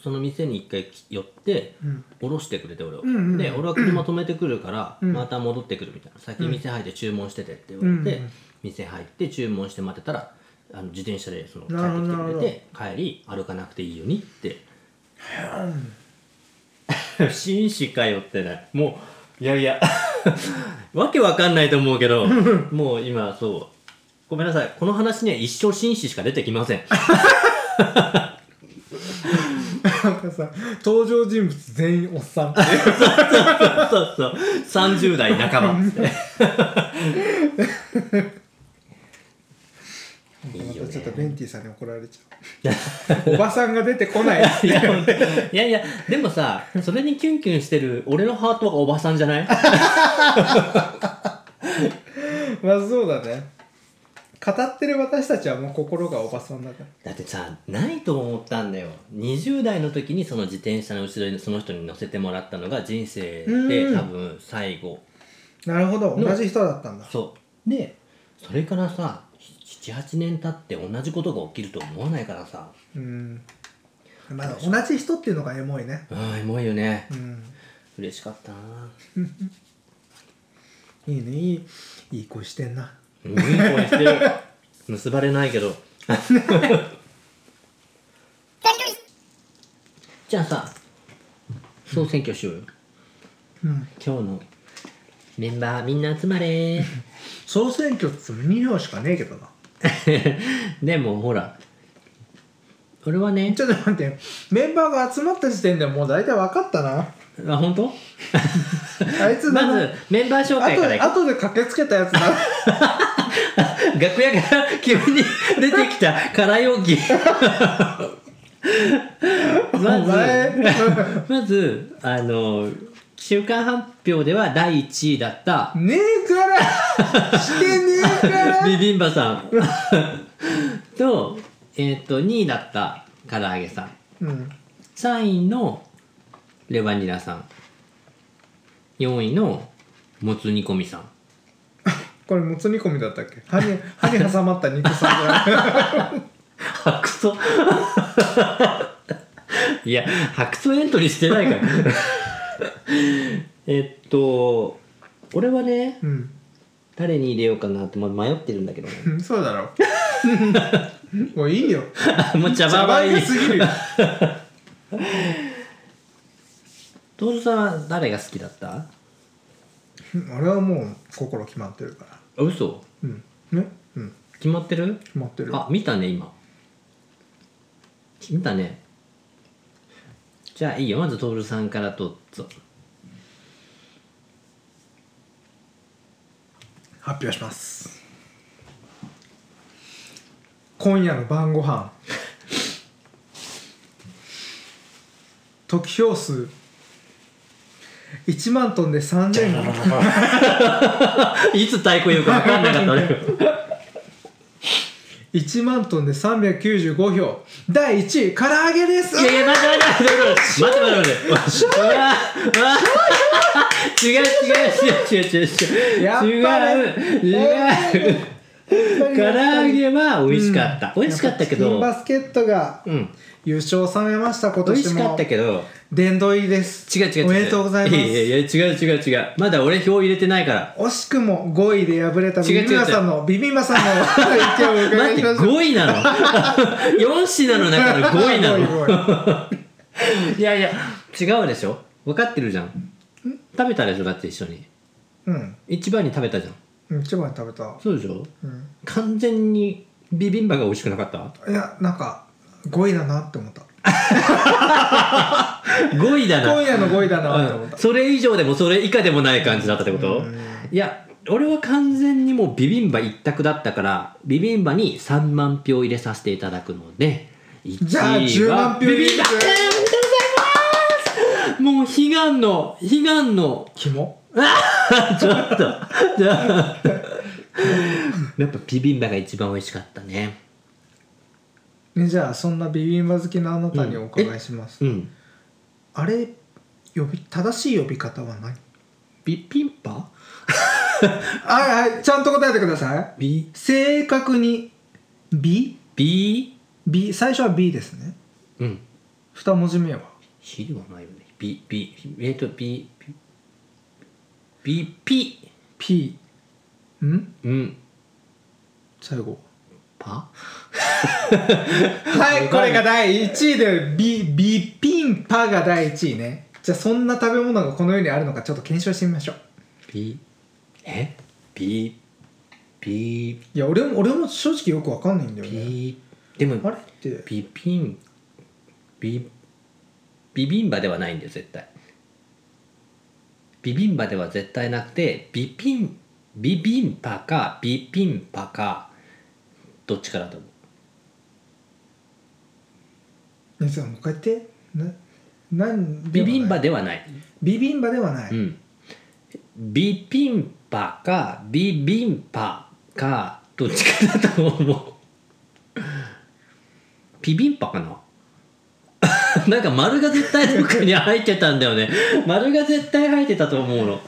[SPEAKER 2] その店に一回き寄って
[SPEAKER 1] うん
[SPEAKER 2] 降ろしてくれて俺を、
[SPEAKER 1] うんうんうん
[SPEAKER 2] で俺は車止めてくるから、
[SPEAKER 1] うん
[SPEAKER 2] また戻ってくるみたいな先に店入って注文しててって言わ
[SPEAKER 1] うん
[SPEAKER 2] れて、店入って注文して待ってたらあの自転車でその帰
[SPEAKER 1] なるほど
[SPEAKER 2] ってきてくれて帰り歩かなくていいようにって
[SPEAKER 1] うん
[SPEAKER 2] 紳士かよってねもういやいや わけわかんないと思うけ どもう今そうごめんなさいこの話には一生紳士しか出てき ません
[SPEAKER 1] なんかさ登場人物全員おっさんって
[SPEAKER 2] そうそう30代半ばっつって いい
[SPEAKER 1] ま
[SPEAKER 2] よね
[SPEAKER 1] たちょっとベンティさんに怒られちゃうおばさんが出てこ ないっつ
[SPEAKER 2] い
[SPEAKER 1] っ
[SPEAKER 2] や
[SPEAKER 1] て
[SPEAKER 2] 本当いやいやでもさそれにキュンキュンしてる俺のハートはおばさんじゃない
[SPEAKER 1] まあそうだね語ってる私たちはもう心がおばさんだから
[SPEAKER 2] だってさないと思ったんだよ20代の時にその自転車の後ろにその人に乗せてもらったのが人生
[SPEAKER 1] う
[SPEAKER 2] で
[SPEAKER 1] ん
[SPEAKER 2] 多分最後
[SPEAKER 1] なるほど同じ人だったんだ
[SPEAKER 2] そうでそれからさ78年経って同じことが起きると思わないからさ
[SPEAKER 1] うんまあ同じ人っていうのがエモいね
[SPEAKER 2] ああエモいよね
[SPEAKER 1] うん
[SPEAKER 2] 嬉しかったな
[SPEAKER 1] いいねいいいい子してんな
[SPEAKER 2] うんこれしてる結ばれないけどじゃあさ総選挙しようよ
[SPEAKER 1] うん
[SPEAKER 2] 今日のメンバーみんな集まれー
[SPEAKER 1] 総選挙っつっても2票しかねえけどな
[SPEAKER 2] でもほら俺はね
[SPEAKER 1] ちょっと待ってメンバーが集まった時点でもう大体分かった な
[SPEAKER 2] あ本当
[SPEAKER 1] あいつだ
[SPEAKER 2] ま
[SPEAKER 1] な
[SPEAKER 2] ずメンバー紹
[SPEAKER 1] あ
[SPEAKER 2] 介からい
[SPEAKER 1] と
[SPEAKER 2] こう
[SPEAKER 1] あとで駆けつけたや つだ
[SPEAKER 2] 楽屋から急に出てきた空 容器
[SPEAKER 1] お
[SPEAKER 2] ま
[SPEAKER 1] 前
[SPEAKER 2] ず まずあの週間発表では第1位だった
[SPEAKER 1] ねえからしてねえから
[SPEAKER 2] ビビンバさん と,、えー、と2位だった唐揚げさん
[SPEAKER 1] うん
[SPEAKER 2] 3位のレバニラさん4位のもつ煮込みさん
[SPEAKER 1] これもつ煮込みだったっけ歯に 歯に挟まった肉さん じゃない
[SPEAKER 2] 白素 いや白素エントリーしてないから えっと俺はね
[SPEAKER 1] うん
[SPEAKER 2] 誰に入れようかなってま迷ってるんだけどね
[SPEAKER 1] うんそうだろ もういいよ
[SPEAKER 2] もう茶
[SPEAKER 1] 茶
[SPEAKER 2] 番はいい
[SPEAKER 1] 番すぎるよ
[SPEAKER 2] トールさんは誰が好きだった
[SPEAKER 1] うん俺はもう心決まってるから
[SPEAKER 2] あ嘘
[SPEAKER 1] うんねうん
[SPEAKER 2] 決まってる
[SPEAKER 1] 決まってる
[SPEAKER 2] あ見たね今見たねじゃあいいよまずトールさんからどう ぞ
[SPEAKER 1] 発表します今夜の晩ご飯 得票数1万トンで3000
[SPEAKER 2] いつ太鼓言うか分かんなかった俺
[SPEAKER 1] 1万トンで395票第1位唐揚げです
[SPEAKER 2] いやいや待って待って待って待って待って待ってうわうわ違う違う違う違う違う違う
[SPEAKER 1] やっぱり
[SPEAKER 2] 違う違う唐揚
[SPEAKER 1] 美
[SPEAKER 2] げは美味しかった、美味しかったけど
[SPEAKER 1] バスケットが
[SPEAKER 2] うん
[SPEAKER 1] 優勝を収めました今
[SPEAKER 2] 美
[SPEAKER 1] 年も
[SPEAKER 2] 味しかったけど
[SPEAKER 1] 殿堂入りです
[SPEAKER 2] 違う違う違う
[SPEAKER 1] おめでとうございます
[SPEAKER 2] いやいやいや違う違う違うまだ俺票入れてないから
[SPEAKER 1] 惜しくも5位で敗れたビ
[SPEAKER 2] 違う違
[SPEAKER 1] ビ
[SPEAKER 2] う違う
[SPEAKER 1] ンバさんのビビンバさんの 意見を伺
[SPEAKER 2] 待っ
[SPEAKER 1] いまし
[SPEAKER 2] て
[SPEAKER 1] た
[SPEAKER 2] 5位なの4品の中の5位な の
[SPEAKER 1] 5位5位
[SPEAKER 2] いやいや違うでしょ分かってるじゃん食べたでしょだって一緒に
[SPEAKER 1] うん
[SPEAKER 2] 一番に食べたじゃん
[SPEAKER 1] うん一番に食べた、
[SPEAKER 2] そうでしょ
[SPEAKER 1] うん、
[SPEAKER 2] 完全にビビンバが美味しくなかった
[SPEAKER 1] いやなんか5位だなって思った
[SPEAKER 2] 5位だ
[SPEAKER 1] 今
[SPEAKER 2] な
[SPEAKER 1] 夜の5位だなって思っ
[SPEAKER 2] うん
[SPEAKER 1] た、
[SPEAKER 2] それ以上でもそれ以下でもない感じだったってこと
[SPEAKER 1] うん
[SPEAKER 2] いや俺は完全にもうビビンバ一択だったからビビンバに3万票入れさせていただくので
[SPEAKER 1] じゃあ
[SPEAKER 2] 1位
[SPEAKER 1] 10万票
[SPEAKER 2] はビ
[SPEAKER 1] 入れて
[SPEAKER 2] ビンバえーおめでとうございますもう悲願の悲願の
[SPEAKER 1] キモ
[SPEAKER 2] ちょっと、ちょっと。やっぱビビンバが一番美味しかったね。
[SPEAKER 1] ねじゃあそんなビビンバ好きなあなたにお伺いします、
[SPEAKER 2] うん。
[SPEAKER 1] あれ呼び正しい呼び方は何
[SPEAKER 2] ビビンバ
[SPEAKER 1] はいはいちゃんと答えてください
[SPEAKER 2] ビ、
[SPEAKER 1] 正確に B?
[SPEAKER 2] ビ、
[SPEAKER 1] B 最初は B ですね
[SPEAKER 2] うん。
[SPEAKER 1] 二文字目は
[SPEAKER 2] ひではないよね。ビ、ビ、えっと、ビ、ビ、ビ、ピ、
[SPEAKER 1] P ん
[SPEAKER 2] うん、
[SPEAKER 1] 最後は
[SPEAKER 2] パ
[SPEAKER 1] いこれが第1位で B, B ピンパが第1位ねじゃあそんな食べ物がこの世にあるのかちょっと検証してみましょう
[SPEAKER 2] ビ、えビ、ビ、
[SPEAKER 1] いや俺も俺も正直よくわかんないんだよね
[SPEAKER 2] ビ、で
[SPEAKER 1] あ
[SPEAKER 2] も
[SPEAKER 1] れ、って
[SPEAKER 2] ビビン、ビ、ビビンバではないんだよ、絶対。ビビンバでは絶対なくてビピンビビンパかビピンパかどっちかだと思う
[SPEAKER 1] ねさんもう一回やってななん
[SPEAKER 2] ビビンバ
[SPEAKER 1] で
[SPEAKER 2] ではない、
[SPEAKER 1] ビビンバではない、
[SPEAKER 2] うん、ビピンパかビビンパかどっちかだと思うビビンパかな なんか丸が絶対どっかに入ってたんだよね丸が絶対入ってたと思うの、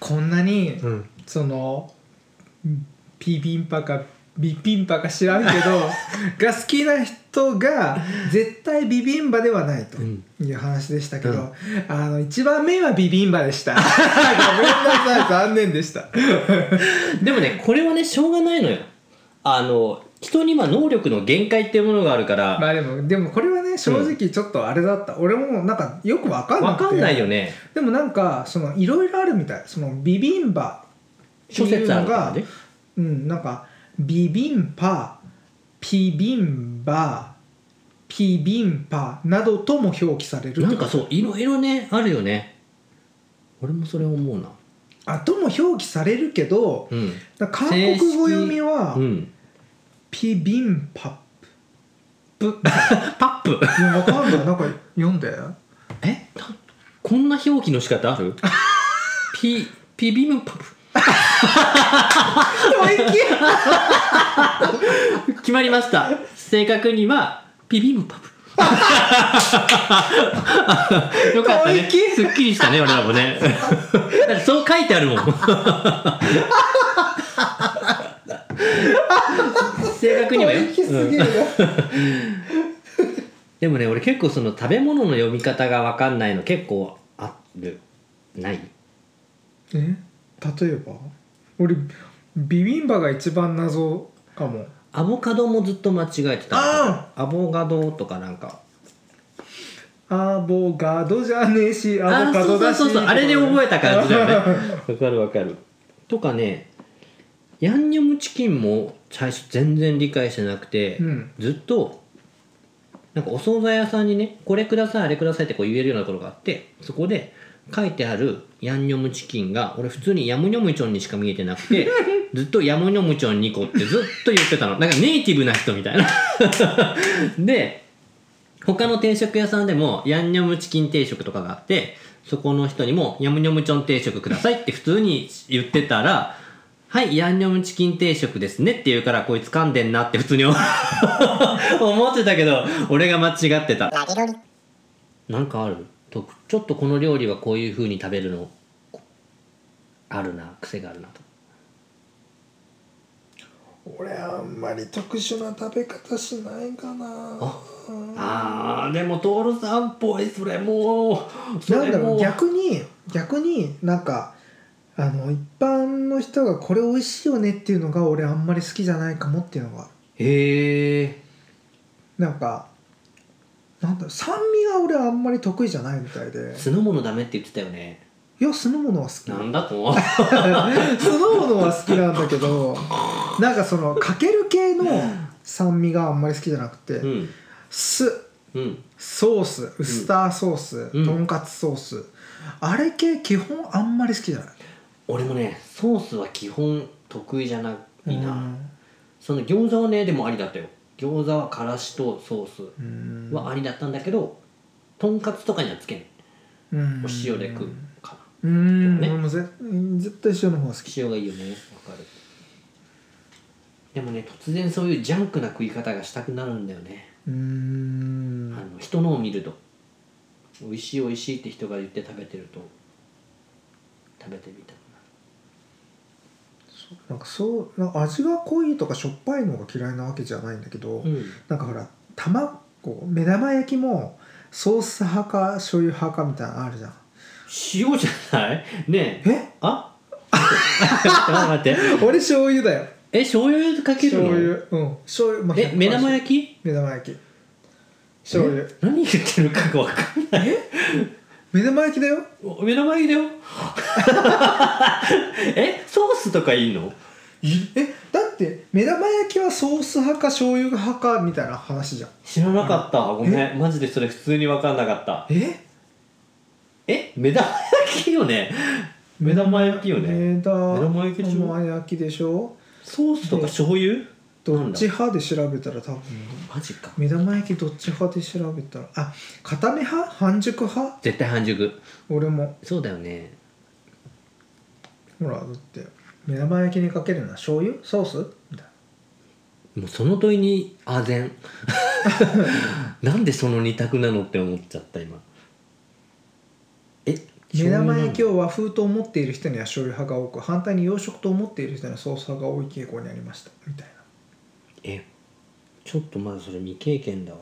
[SPEAKER 1] こんなに、
[SPEAKER 2] ん、
[SPEAKER 1] そのビビンパかビピンパか知らんけ どが好きな人が絶対ビビンバではないと
[SPEAKER 2] うん
[SPEAKER 1] いう話でしたけど、
[SPEAKER 2] うん
[SPEAKER 1] あの一番目はビビンバでした ごめんなさい残念で した
[SPEAKER 2] でもねこれはねしょうがないのよあの人には能力の限界っていうものがあるから、
[SPEAKER 1] まあでもでもこれはね正直ちょっとあれだった、俺もなんかよくわかんな
[SPEAKER 2] わ
[SPEAKER 1] くて
[SPEAKER 2] かんないよね
[SPEAKER 1] でもなんかそのいろいろあるみたいそのビビンバ
[SPEAKER 2] 諸説あるから
[SPEAKER 1] ってい
[SPEAKER 2] ね
[SPEAKER 1] ううん、なんかビビンパピビンバピビンパなどとも表記される
[SPEAKER 2] なんかそういろいろねあるよね俺もそれ思うな
[SPEAKER 1] あとも表記されるけど
[SPEAKER 2] うん、
[SPEAKER 1] だから韓国語読みは
[SPEAKER 2] うん、
[SPEAKER 1] ピビンパプ
[SPEAKER 2] パップ
[SPEAKER 1] いやわかんないなんか読 んで
[SPEAKER 2] えなこんな表記の仕方あ るピピビムパップ決まりました正確にはピビムパッ プよかったね
[SPEAKER 1] 吐息
[SPEAKER 2] すっきりしたね俺らもねだってそう書いてあ るもん正確にはよ
[SPEAKER 1] 吐息すぎるよ
[SPEAKER 2] でもね俺結構その食べ物の読み方が分かんないの結構あるない
[SPEAKER 1] え例えば俺ビビンバが一番謎かも
[SPEAKER 2] アボカドもずっと間違えてた
[SPEAKER 1] あ
[SPEAKER 2] アボカドとかなんか
[SPEAKER 1] アボガドじゃねえしアボカドだし
[SPEAKER 2] あそうそうそうそうあれで覚えた感じだよね
[SPEAKER 1] あ
[SPEAKER 2] わかるわかるとかねヤンニョムチキンも最初全然理解してなくて、
[SPEAKER 1] うん
[SPEAKER 2] ずっとなんかお惣菜屋さんにねこれくださいあれくださいってこう言えるようなところがあってそこで書いてあるヤンニョムチキンが俺普通にヤムニョムチョンにしか見えてなく てずっとヤムニョムチョン2個ってずっと言ってたのなんかネイティブな人みたいな で他の定食屋さんでもヤンニョムチキン定食とかがあってそこの人にもヤムニョムチョン定食くださいって普通に言ってたらはい、ヤンニョムチキン定食ですねって言うから、こいつ噛んでんなって普通に思 思ってたけど、俺が間違ってた。なんかあるとちょっとこの料理はこういう風に食べるの、あるな、癖があるなと。
[SPEAKER 1] 俺あんまり特殊な食べ方しないかな
[SPEAKER 2] ああー、でもトールさんっぽい、それもう、そ
[SPEAKER 1] なん
[SPEAKER 2] れ
[SPEAKER 1] だろ
[SPEAKER 2] も
[SPEAKER 1] う
[SPEAKER 2] う。
[SPEAKER 1] 逆に逆になんかあの一般の人がこれ美味しいよねっていうのが俺あんまり好きじゃないかもっていうのが
[SPEAKER 2] へえ。
[SPEAKER 1] なんかなんだろう酸味が俺あんまり得意じゃないみたいで
[SPEAKER 2] 酢の物ダメって言ってたよね。
[SPEAKER 1] いや酢の物 は好き
[SPEAKER 2] なんだと思う。
[SPEAKER 1] 酢の物は好きなんだけどなんかそのかける系の酸味があんまり好きじゃなくて、
[SPEAKER 2] うん。
[SPEAKER 1] 酢
[SPEAKER 2] うん。
[SPEAKER 1] ソースウスターソース、
[SPEAKER 2] うん
[SPEAKER 1] とんかつソースあれ系基本あんまり好きじゃない
[SPEAKER 2] 俺もね、ソースは基本得意じゃないな。
[SPEAKER 1] うん
[SPEAKER 2] その餃子はねでもありだったよ餃子はからしとソー
[SPEAKER 1] う
[SPEAKER 2] ス
[SPEAKER 1] ん
[SPEAKER 2] はありだったんだけど、とんかつとかにはつけない
[SPEAKER 1] うん
[SPEAKER 2] お塩で食うかな
[SPEAKER 1] うん、
[SPEAKER 2] ね
[SPEAKER 1] 俺もぜ絶対塩の方が好き
[SPEAKER 2] 塩がいいよねわかるでもね突然そういうジャンクな食い方がしたくなるんだよね、
[SPEAKER 1] うーん
[SPEAKER 2] あの人のを見ると美味しい美味しいって人が言って食べてると食べてみたくなる
[SPEAKER 1] なんかそうなんか味が濃いとかしょっぱいのが嫌いなわけじゃないんだけど、
[SPEAKER 2] うん
[SPEAKER 1] なんかほら卵目玉焼きもソース派か醤油派かみたいなのある じゃん
[SPEAKER 2] 塩じゃ ないねえ
[SPEAKER 1] え
[SPEAKER 2] あ ちょっと待って
[SPEAKER 1] 俺醤油だよ
[SPEAKER 2] え醤油かけるの
[SPEAKER 1] 醤油うん醤油、まあ
[SPEAKER 2] え目玉
[SPEAKER 1] 焼き
[SPEAKER 2] 焼き
[SPEAKER 1] 目玉焼き醤油
[SPEAKER 2] え何言ってるかが分かんない
[SPEAKER 1] 目玉焼きだよ
[SPEAKER 2] お 目の前だよ えソースとかいいの
[SPEAKER 1] えだって目玉焼きはソース派か醤油派かみたいな話じゃん
[SPEAKER 2] 知らなかったごめんマジでそれ普通に分かんなかった
[SPEAKER 1] え
[SPEAKER 2] え目玉焼きよね目玉焼きよね
[SPEAKER 1] 目玉
[SPEAKER 2] 目玉焼きでしょ
[SPEAKER 1] 目玉焼きでしょ
[SPEAKER 2] ソースとか醤油
[SPEAKER 1] どっち
[SPEAKER 2] なんだ
[SPEAKER 1] 派で調べたら多分
[SPEAKER 2] マジか
[SPEAKER 1] 目玉焼きどっち派で調べたらあ固め派半熟派
[SPEAKER 2] 絶対半熟
[SPEAKER 1] 俺も
[SPEAKER 2] そうだよね
[SPEAKER 1] ほらだって目玉焼きにかけるのは醤油ソースみたいな
[SPEAKER 2] もうその問いにあぜ んなんでその二択なのって思っちゃった今え
[SPEAKER 1] 目玉焼き
[SPEAKER 2] を
[SPEAKER 1] を和風と思っている人には醤油派が多く反対に洋食と思っている人にはソース派が多い傾向にありましたみたいな
[SPEAKER 2] えちょっとまだそれ未経験だわ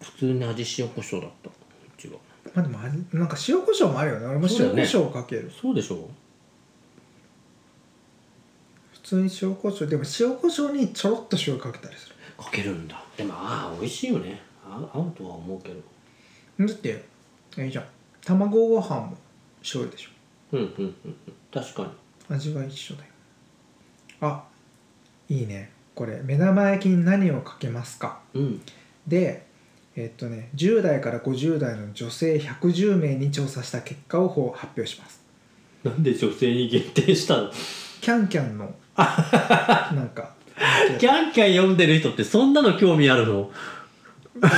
[SPEAKER 2] 普通に味塩コショウだったうちは
[SPEAKER 1] まあでもあれなんか塩コショウもあるよね俺も
[SPEAKER 2] そう
[SPEAKER 1] 塩
[SPEAKER 2] だよ
[SPEAKER 1] コ
[SPEAKER 2] ね
[SPEAKER 1] ショウをかける、
[SPEAKER 2] そうでしょ
[SPEAKER 1] 普通に塩コショウでも塩コショウにちょろっと塩かけたりす
[SPEAKER 2] かけるんだでもああ美味しいよねあ合うとは思うけど
[SPEAKER 1] るだってえいじゃん卵ご飯も醤油でしょ
[SPEAKER 2] うんうんうんうん確かに
[SPEAKER 1] 味は一緒だよあいいねこれ目玉焼きに何をかけますか
[SPEAKER 2] うん
[SPEAKER 1] でえっとね10代から50代の女性110名に調査した結果を報発表します
[SPEAKER 2] なんで女性に限定したの
[SPEAKER 1] キャンキャンのなんか
[SPEAKER 2] キ
[SPEAKER 1] ャン
[SPEAKER 2] ャンキャン読んでる人ってそんなの興味あるの 不思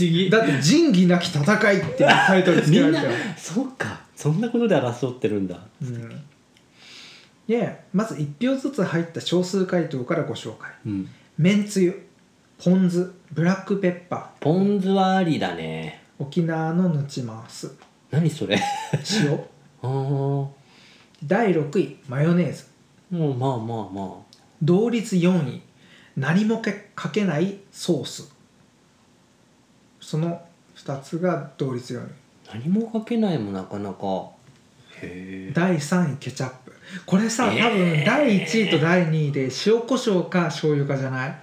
[SPEAKER 2] 議
[SPEAKER 1] だって「仁義なき戦い」っていうタイトルつ
[SPEAKER 2] み
[SPEAKER 1] けら
[SPEAKER 2] ん
[SPEAKER 1] れ
[SPEAKER 2] な
[SPEAKER 1] たよ
[SPEAKER 2] そうかそんなことで争ってるんだ
[SPEAKER 1] うんでまず1票ずつ入った少数回答からご紹介
[SPEAKER 2] うん
[SPEAKER 1] めんつゆポン酢ブラックペッパ
[SPEAKER 2] ポン酢はありだね
[SPEAKER 1] ー沖縄のぬちまーす
[SPEAKER 2] 何それ
[SPEAKER 1] 塩
[SPEAKER 2] ああ
[SPEAKER 1] 第6位マヨネーズ
[SPEAKER 2] もうまあまあま
[SPEAKER 1] 同率4位何もかけないソースその2つが同率4位
[SPEAKER 2] あ何もかけないもなかなかへ
[SPEAKER 1] 第3位ケチャップこれさ、
[SPEAKER 2] えー
[SPEAKER 1] 多分第1位と第2位で塩コショウか醤油かじゃない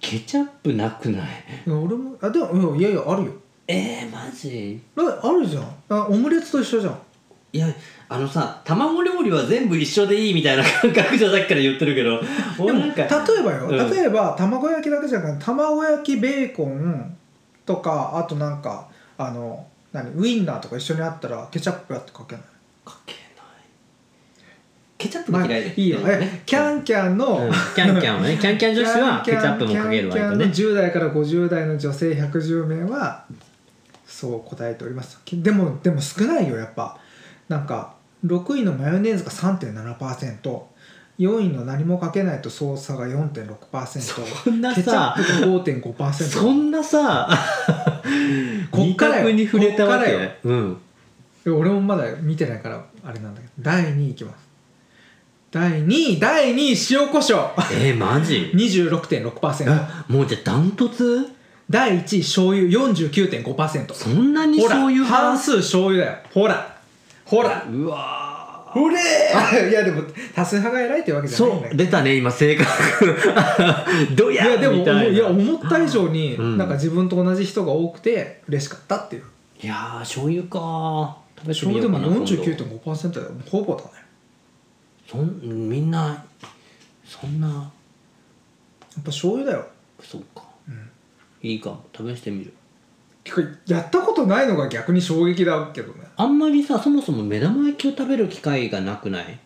[SPEAKER 2] ケチャップなくない
[SPEAKER 1] うん俺もあでもうんいやいやあるよ
[SPEAKER 2] えー、マジ
[SPEAKER 1] だってあるじゃんあオムレツと一緒じゃん
[SPEAKER 2] いやあのさ卵料理は全部一緒でいいみたいな 感覚じゃさっきから言ってるけど
[SPEAKER 1] で
[SPEAKER 2] 俺
[SPEAKER 1] も
[SPEAKER 2] なん
[SPEAKER 1] 例
[SPEAKER 2] か
[SPEAKER 1] えばよ、
[SPEAKER 2] うん
[SPEAKER 1] 例えば卵焼きだけじゃなくて卵焼きベーコンとかあとなんかあの何ウインナーとか一緒にあったらケチャップやってかけない
[SPEAKER 2] かけないケチャップ
[SPEAKER 1] ま
[SPEAKER 2] が
[SPEAKER 1] あ、
[SPEAKER 2] 嫌いだ
[SPEAKER 1] いいよ、えキャンキャンの、
[SPEAKER 2] うんキャンキャンはねキャンキャン女子はケチャップもかけるわ
[SPEAKER 1] キャンキャ
[SPEAKER 2] け
[SPEAKER 1] ンの
[SPEAKER 2] ね
[SPEAKER 1] 10代から50代の女性110名はそう答えておりますでもでも少ないよやっぱなんか6位のマヨネーズが3.7%。4位の何もかけないと操作が4.6%
[SPEAKER 2] そんな
[SPEAKER 1] ケチャッ
[SPEAKER 2] さ
[SPEAKER 1] プが5.5%
[SPEAKER 2] そんなさ
[SPEAKER 1] こっからよ
[SPEAKER 2] 味覚に触れたわけ
[SPEAKER 1] こっからよ
[SPEAKER 2] うん
[SPEAKER 1] 俺もまだ見てないからあれなんだけど第2位いきます第2位第2位塩コショウ
[SPEAKER 2] えー、マジ
[SPEAKER 1] 26.6%
[SPEAKER 2] あもうじゃあダントツ
[SPEAKER 1] 第1位醤油49.5%
[SPEAKER 2] そんなに
[SPEAKER 1] ほら
[SPEAKER 2] そういう
[SPEAKER 1] 半数醤油だよほらほら
[SPEAKER 2] うわ
[SPEAKER 1] ほれーいやでも多数派が偉いってわけ
[SPEAKER 2] ー
[SPEAKER 1] じゃないん
[SPEAKER 2] そ
[SPEAKER 1] だけ
[SPEAKER 2] う
[SPEAKER 1] ど
[SPEAKER 2] 出たね今性格 ど
[SPEAKER 1] い
[SPEAKER 2] や
[SPEAKER 1] やでも
[SPEAKER 2] みたいない
[SPEAKER 1] や思った以上に
[SPEAKER 2] うん
[SPEAKER 1] なんか自分と同じ人が多くて嬉しかったっていう
[SPEAKER 2] いやー醤油かー食
[SPEAKER 1] 醤
[SPEAKER 2] べて
[SPEAKER 1] 油で
[SPEAKER 2] みよう
[SPEAKER 1] も
[SPEAKER 2] かな
[SPEAKER 1] 49.5%だよほぼだね
[SPEAKER 2] 今度そんみんなそんな
[SPEAKER 1] やっぱ醤油だよ
[SPEAKER 2] そうか
[SPEAKER 1] うん
[SPEAKER 2] いいかも試してみる
[SPEAKER 1] てかやったことないのが逆に衝撃だけどね
[SPEAKER 2] あんまりさそもそも目玉焼きを食べる機会がなくない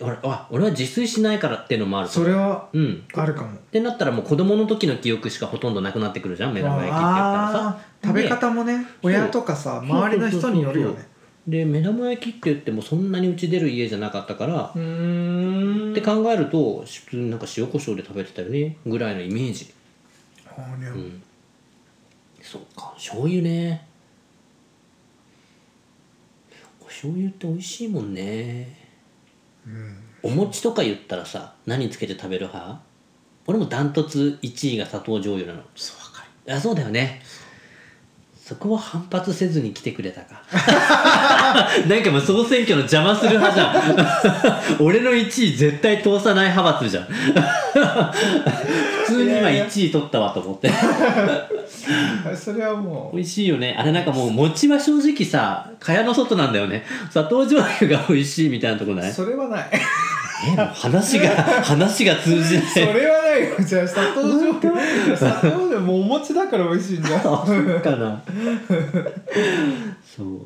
[SPEAKER 2] 俺あ俺は自炊しないからっていうのもある
[SPEAKER 1] それは
[SPEAKER 2] うんっ
[SPEAKER 1] あるかも
[SPEAKER 2] てなったらもう子供の時の記憶しかほとんどなくなってくるじゃん目玉焼きって言ったらさ
[SPEAKER 1] あー食べ方もね親とかさ
[SPEAKER 2] そう
[SPEAKER 1] 周りの人によるよ
[SPEAKER 2] そう
[SPEAKER 1] ね
[SPEAKER 2] で目玉焼きって言ってもそんなにうち出る家じゃなかったから、
[SPEAKER 1] うーん
[SPEAKER 2] って考えると普通になんか塩コショウで食べてたよねぐらいのイメージ
[SPEAKER 1] あーね
[SPEAKER 2] うんそうか醤油ねお醤油って美味しいもんね
[SPEAKER 1] うん
[SPEAKER 2] お餅とか言ったらさ何つけて食べる派俺もダントツ1位が砂糖醤油なの
[SPEAKER 1] そうわかる
[SPEAKER 2] あそうだよねそこは反発せずに来てくれた かなんかもう総選挙の邪魔する派じゃん俺の1位絶対通さない派閥じゃん普通に今1位取ったわと思って
[SPEAKER 1] あれそれはもう
[SPEAKER 2] 美味しいよねあれなんかもう餅は正直さ蚊帳の外なんだよね砂糖醤油が美味しいみたいなとこない
[SPEAKER 1] それはない
[SPEAKER 2] えもう 話が話が通じない
[SPEAKER 1] それはないよじゃあ砂糖醤
[SPEAKER 2] 本当
[SPEAKER 1] 油砂糖醤油もうお餅だから美味しいんじゃ ん
[SPEAKER 2] あそうかなそう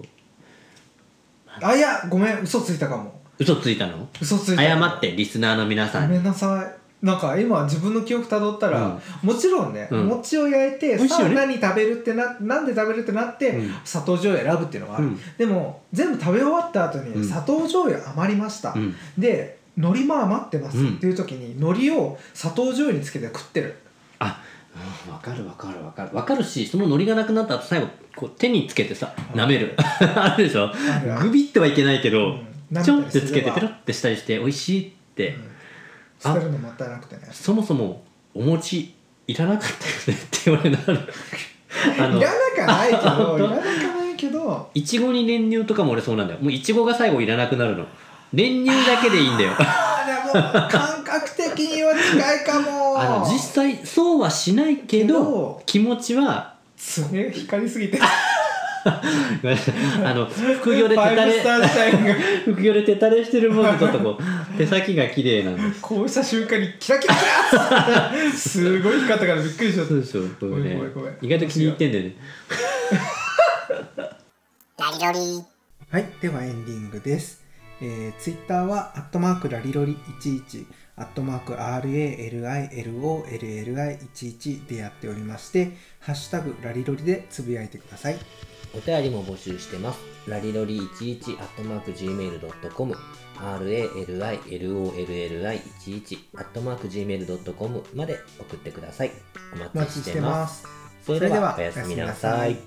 [SPEAKER 1] あいやごめん嘘ついたかも
[SPEAKER 2] 嘘ついたの
[SPEAKER 1] 嘘ついた
[SPEAKER 2] 謝ってリスナーの皆
[SPEAKER 1] ご
[SPEAKER 2] さん
[SPEAKER 1] め
[SPEAKER 2] に
[SPEAKER 1] んなさいなんか今自分の記憶たどったら、もちろんね、
[SPEAKER 2] うん
[SPEAKER 1] 餅を焼いて
[SPEAKER 2] 美味しい
[SPEAKER 1] さ
[SPEAKER 2] よ
[SPEAKER 1] あ
[SPEAKER 2] ね
[SPEAKER 1] 何食べるってななんで食べるってなって、
[SPEAKER 2] うん
[SPEAKER 1] 砂糖醤油選ぶっていうのはある、
[SPEAKER 2] うん
[SPEAKER 1] でも全部食べ終わった後に、
[SPEAKER 2] うん
[SPEAKER 1] 砂糖醤油余りました、
[SPEAKER 2] うん
[SPEAKER 1] で海苔も余ってます
[SPEAKER 2] うん
[SPEAKER 1] っていう時に、海苔を砂糖醤油につけて食ってる
[SPEAKER 2] あうんわかるわかるわかるわかるしそのノリがなくなった後最後こう手につけてさ
[SPEAKER 1] うん
[SPEAKER 2] 舐める あるでしょ
[SPEAKER 1] るある
[SPEAKER 2] グビってはいけないけど、
[SPEAKER 1] うん
[SPEAKER 2] ちょんってつけて
[SPEAKER 1] 舐めたりすれば
[SPEAKER 2] ペロってしたりして美味しいって、
[SPEAKER 1] 捨てるのもったいなくてね
[SPEAKER 2] そもそもお餅いらなかったよねって言われなが らあ
[SPEAKER 1] いらなかないけ
[SPEAKER 2] の あ
[SPEAKER 1] どい
[SPEAKER 2] 本
[SPEAKER 1] らな
[SPEAKER 2] 当
[SPEAKER 1] かないけど
[SPEAKER 2] いちごに練乳とかも俺そうなんだよもういちごが最後いらなくなるの練乳だけでいいんだよ
[SPEAKER 1] あーでも感覚的には近いかも
[SPEAKER 2] あの実際そうはしないけど
[SPEAKER 1] けど
[SPEAKER 2] 気持ちは
[SPEAKER 1] 爪光りすぎて
[SPEAKER 2] あの副業で手
[SPEAKER 1] ファ
[SPEAKER 2] た
[SPEAKER 1] イブスタ
[SPEAKER 2] れ
[SPEAKER 1] ー社員が
[SPEAKER 2] 副業で手たれしてるもんでちょっとこう手先が綺 麗なんです
[SPEAKER 1] こうした瞬間にキラキラキラ ってすごい光ったからびっくりしちゃっ
[SPEAKER 2] そ
[SPEAKER 1] た
[SPEAKER 2] うでしょこれ
[SPEAKER 1] ご
[SPEAKER 2] ね
[SPEAKER 1] めんごめんごめん
[SPEAKER 2] 意外と気に入ってんだよね
[SPEAKER 3] ラリロリ
[SPEAKER 1] はいではエンディングですえー、ツイッターは、アットマークラリロリ11、アットマーク RALILOLLI11 でやっておりまして、ハッシュタグラリロリでつぶやいてください。
[SPEAKER 2] お便りも募集してます。ラリロリ11アットマーク gmail.com ralilolli11 アットマーク gmail.com まで送ってください。
[SPEAKER 1] お
[SPEAKER 2] お待
[SPEAKER 1] 待
[SPEAKER 2] ち
[SPEAKER 1] ちし
[SPEAKER 2] し
[SPEAKER 1] てて
[SPEAKER 2] ま。
[SPEAKER 1] ますす。
[SPEAKER 2] それではおやすみなさい。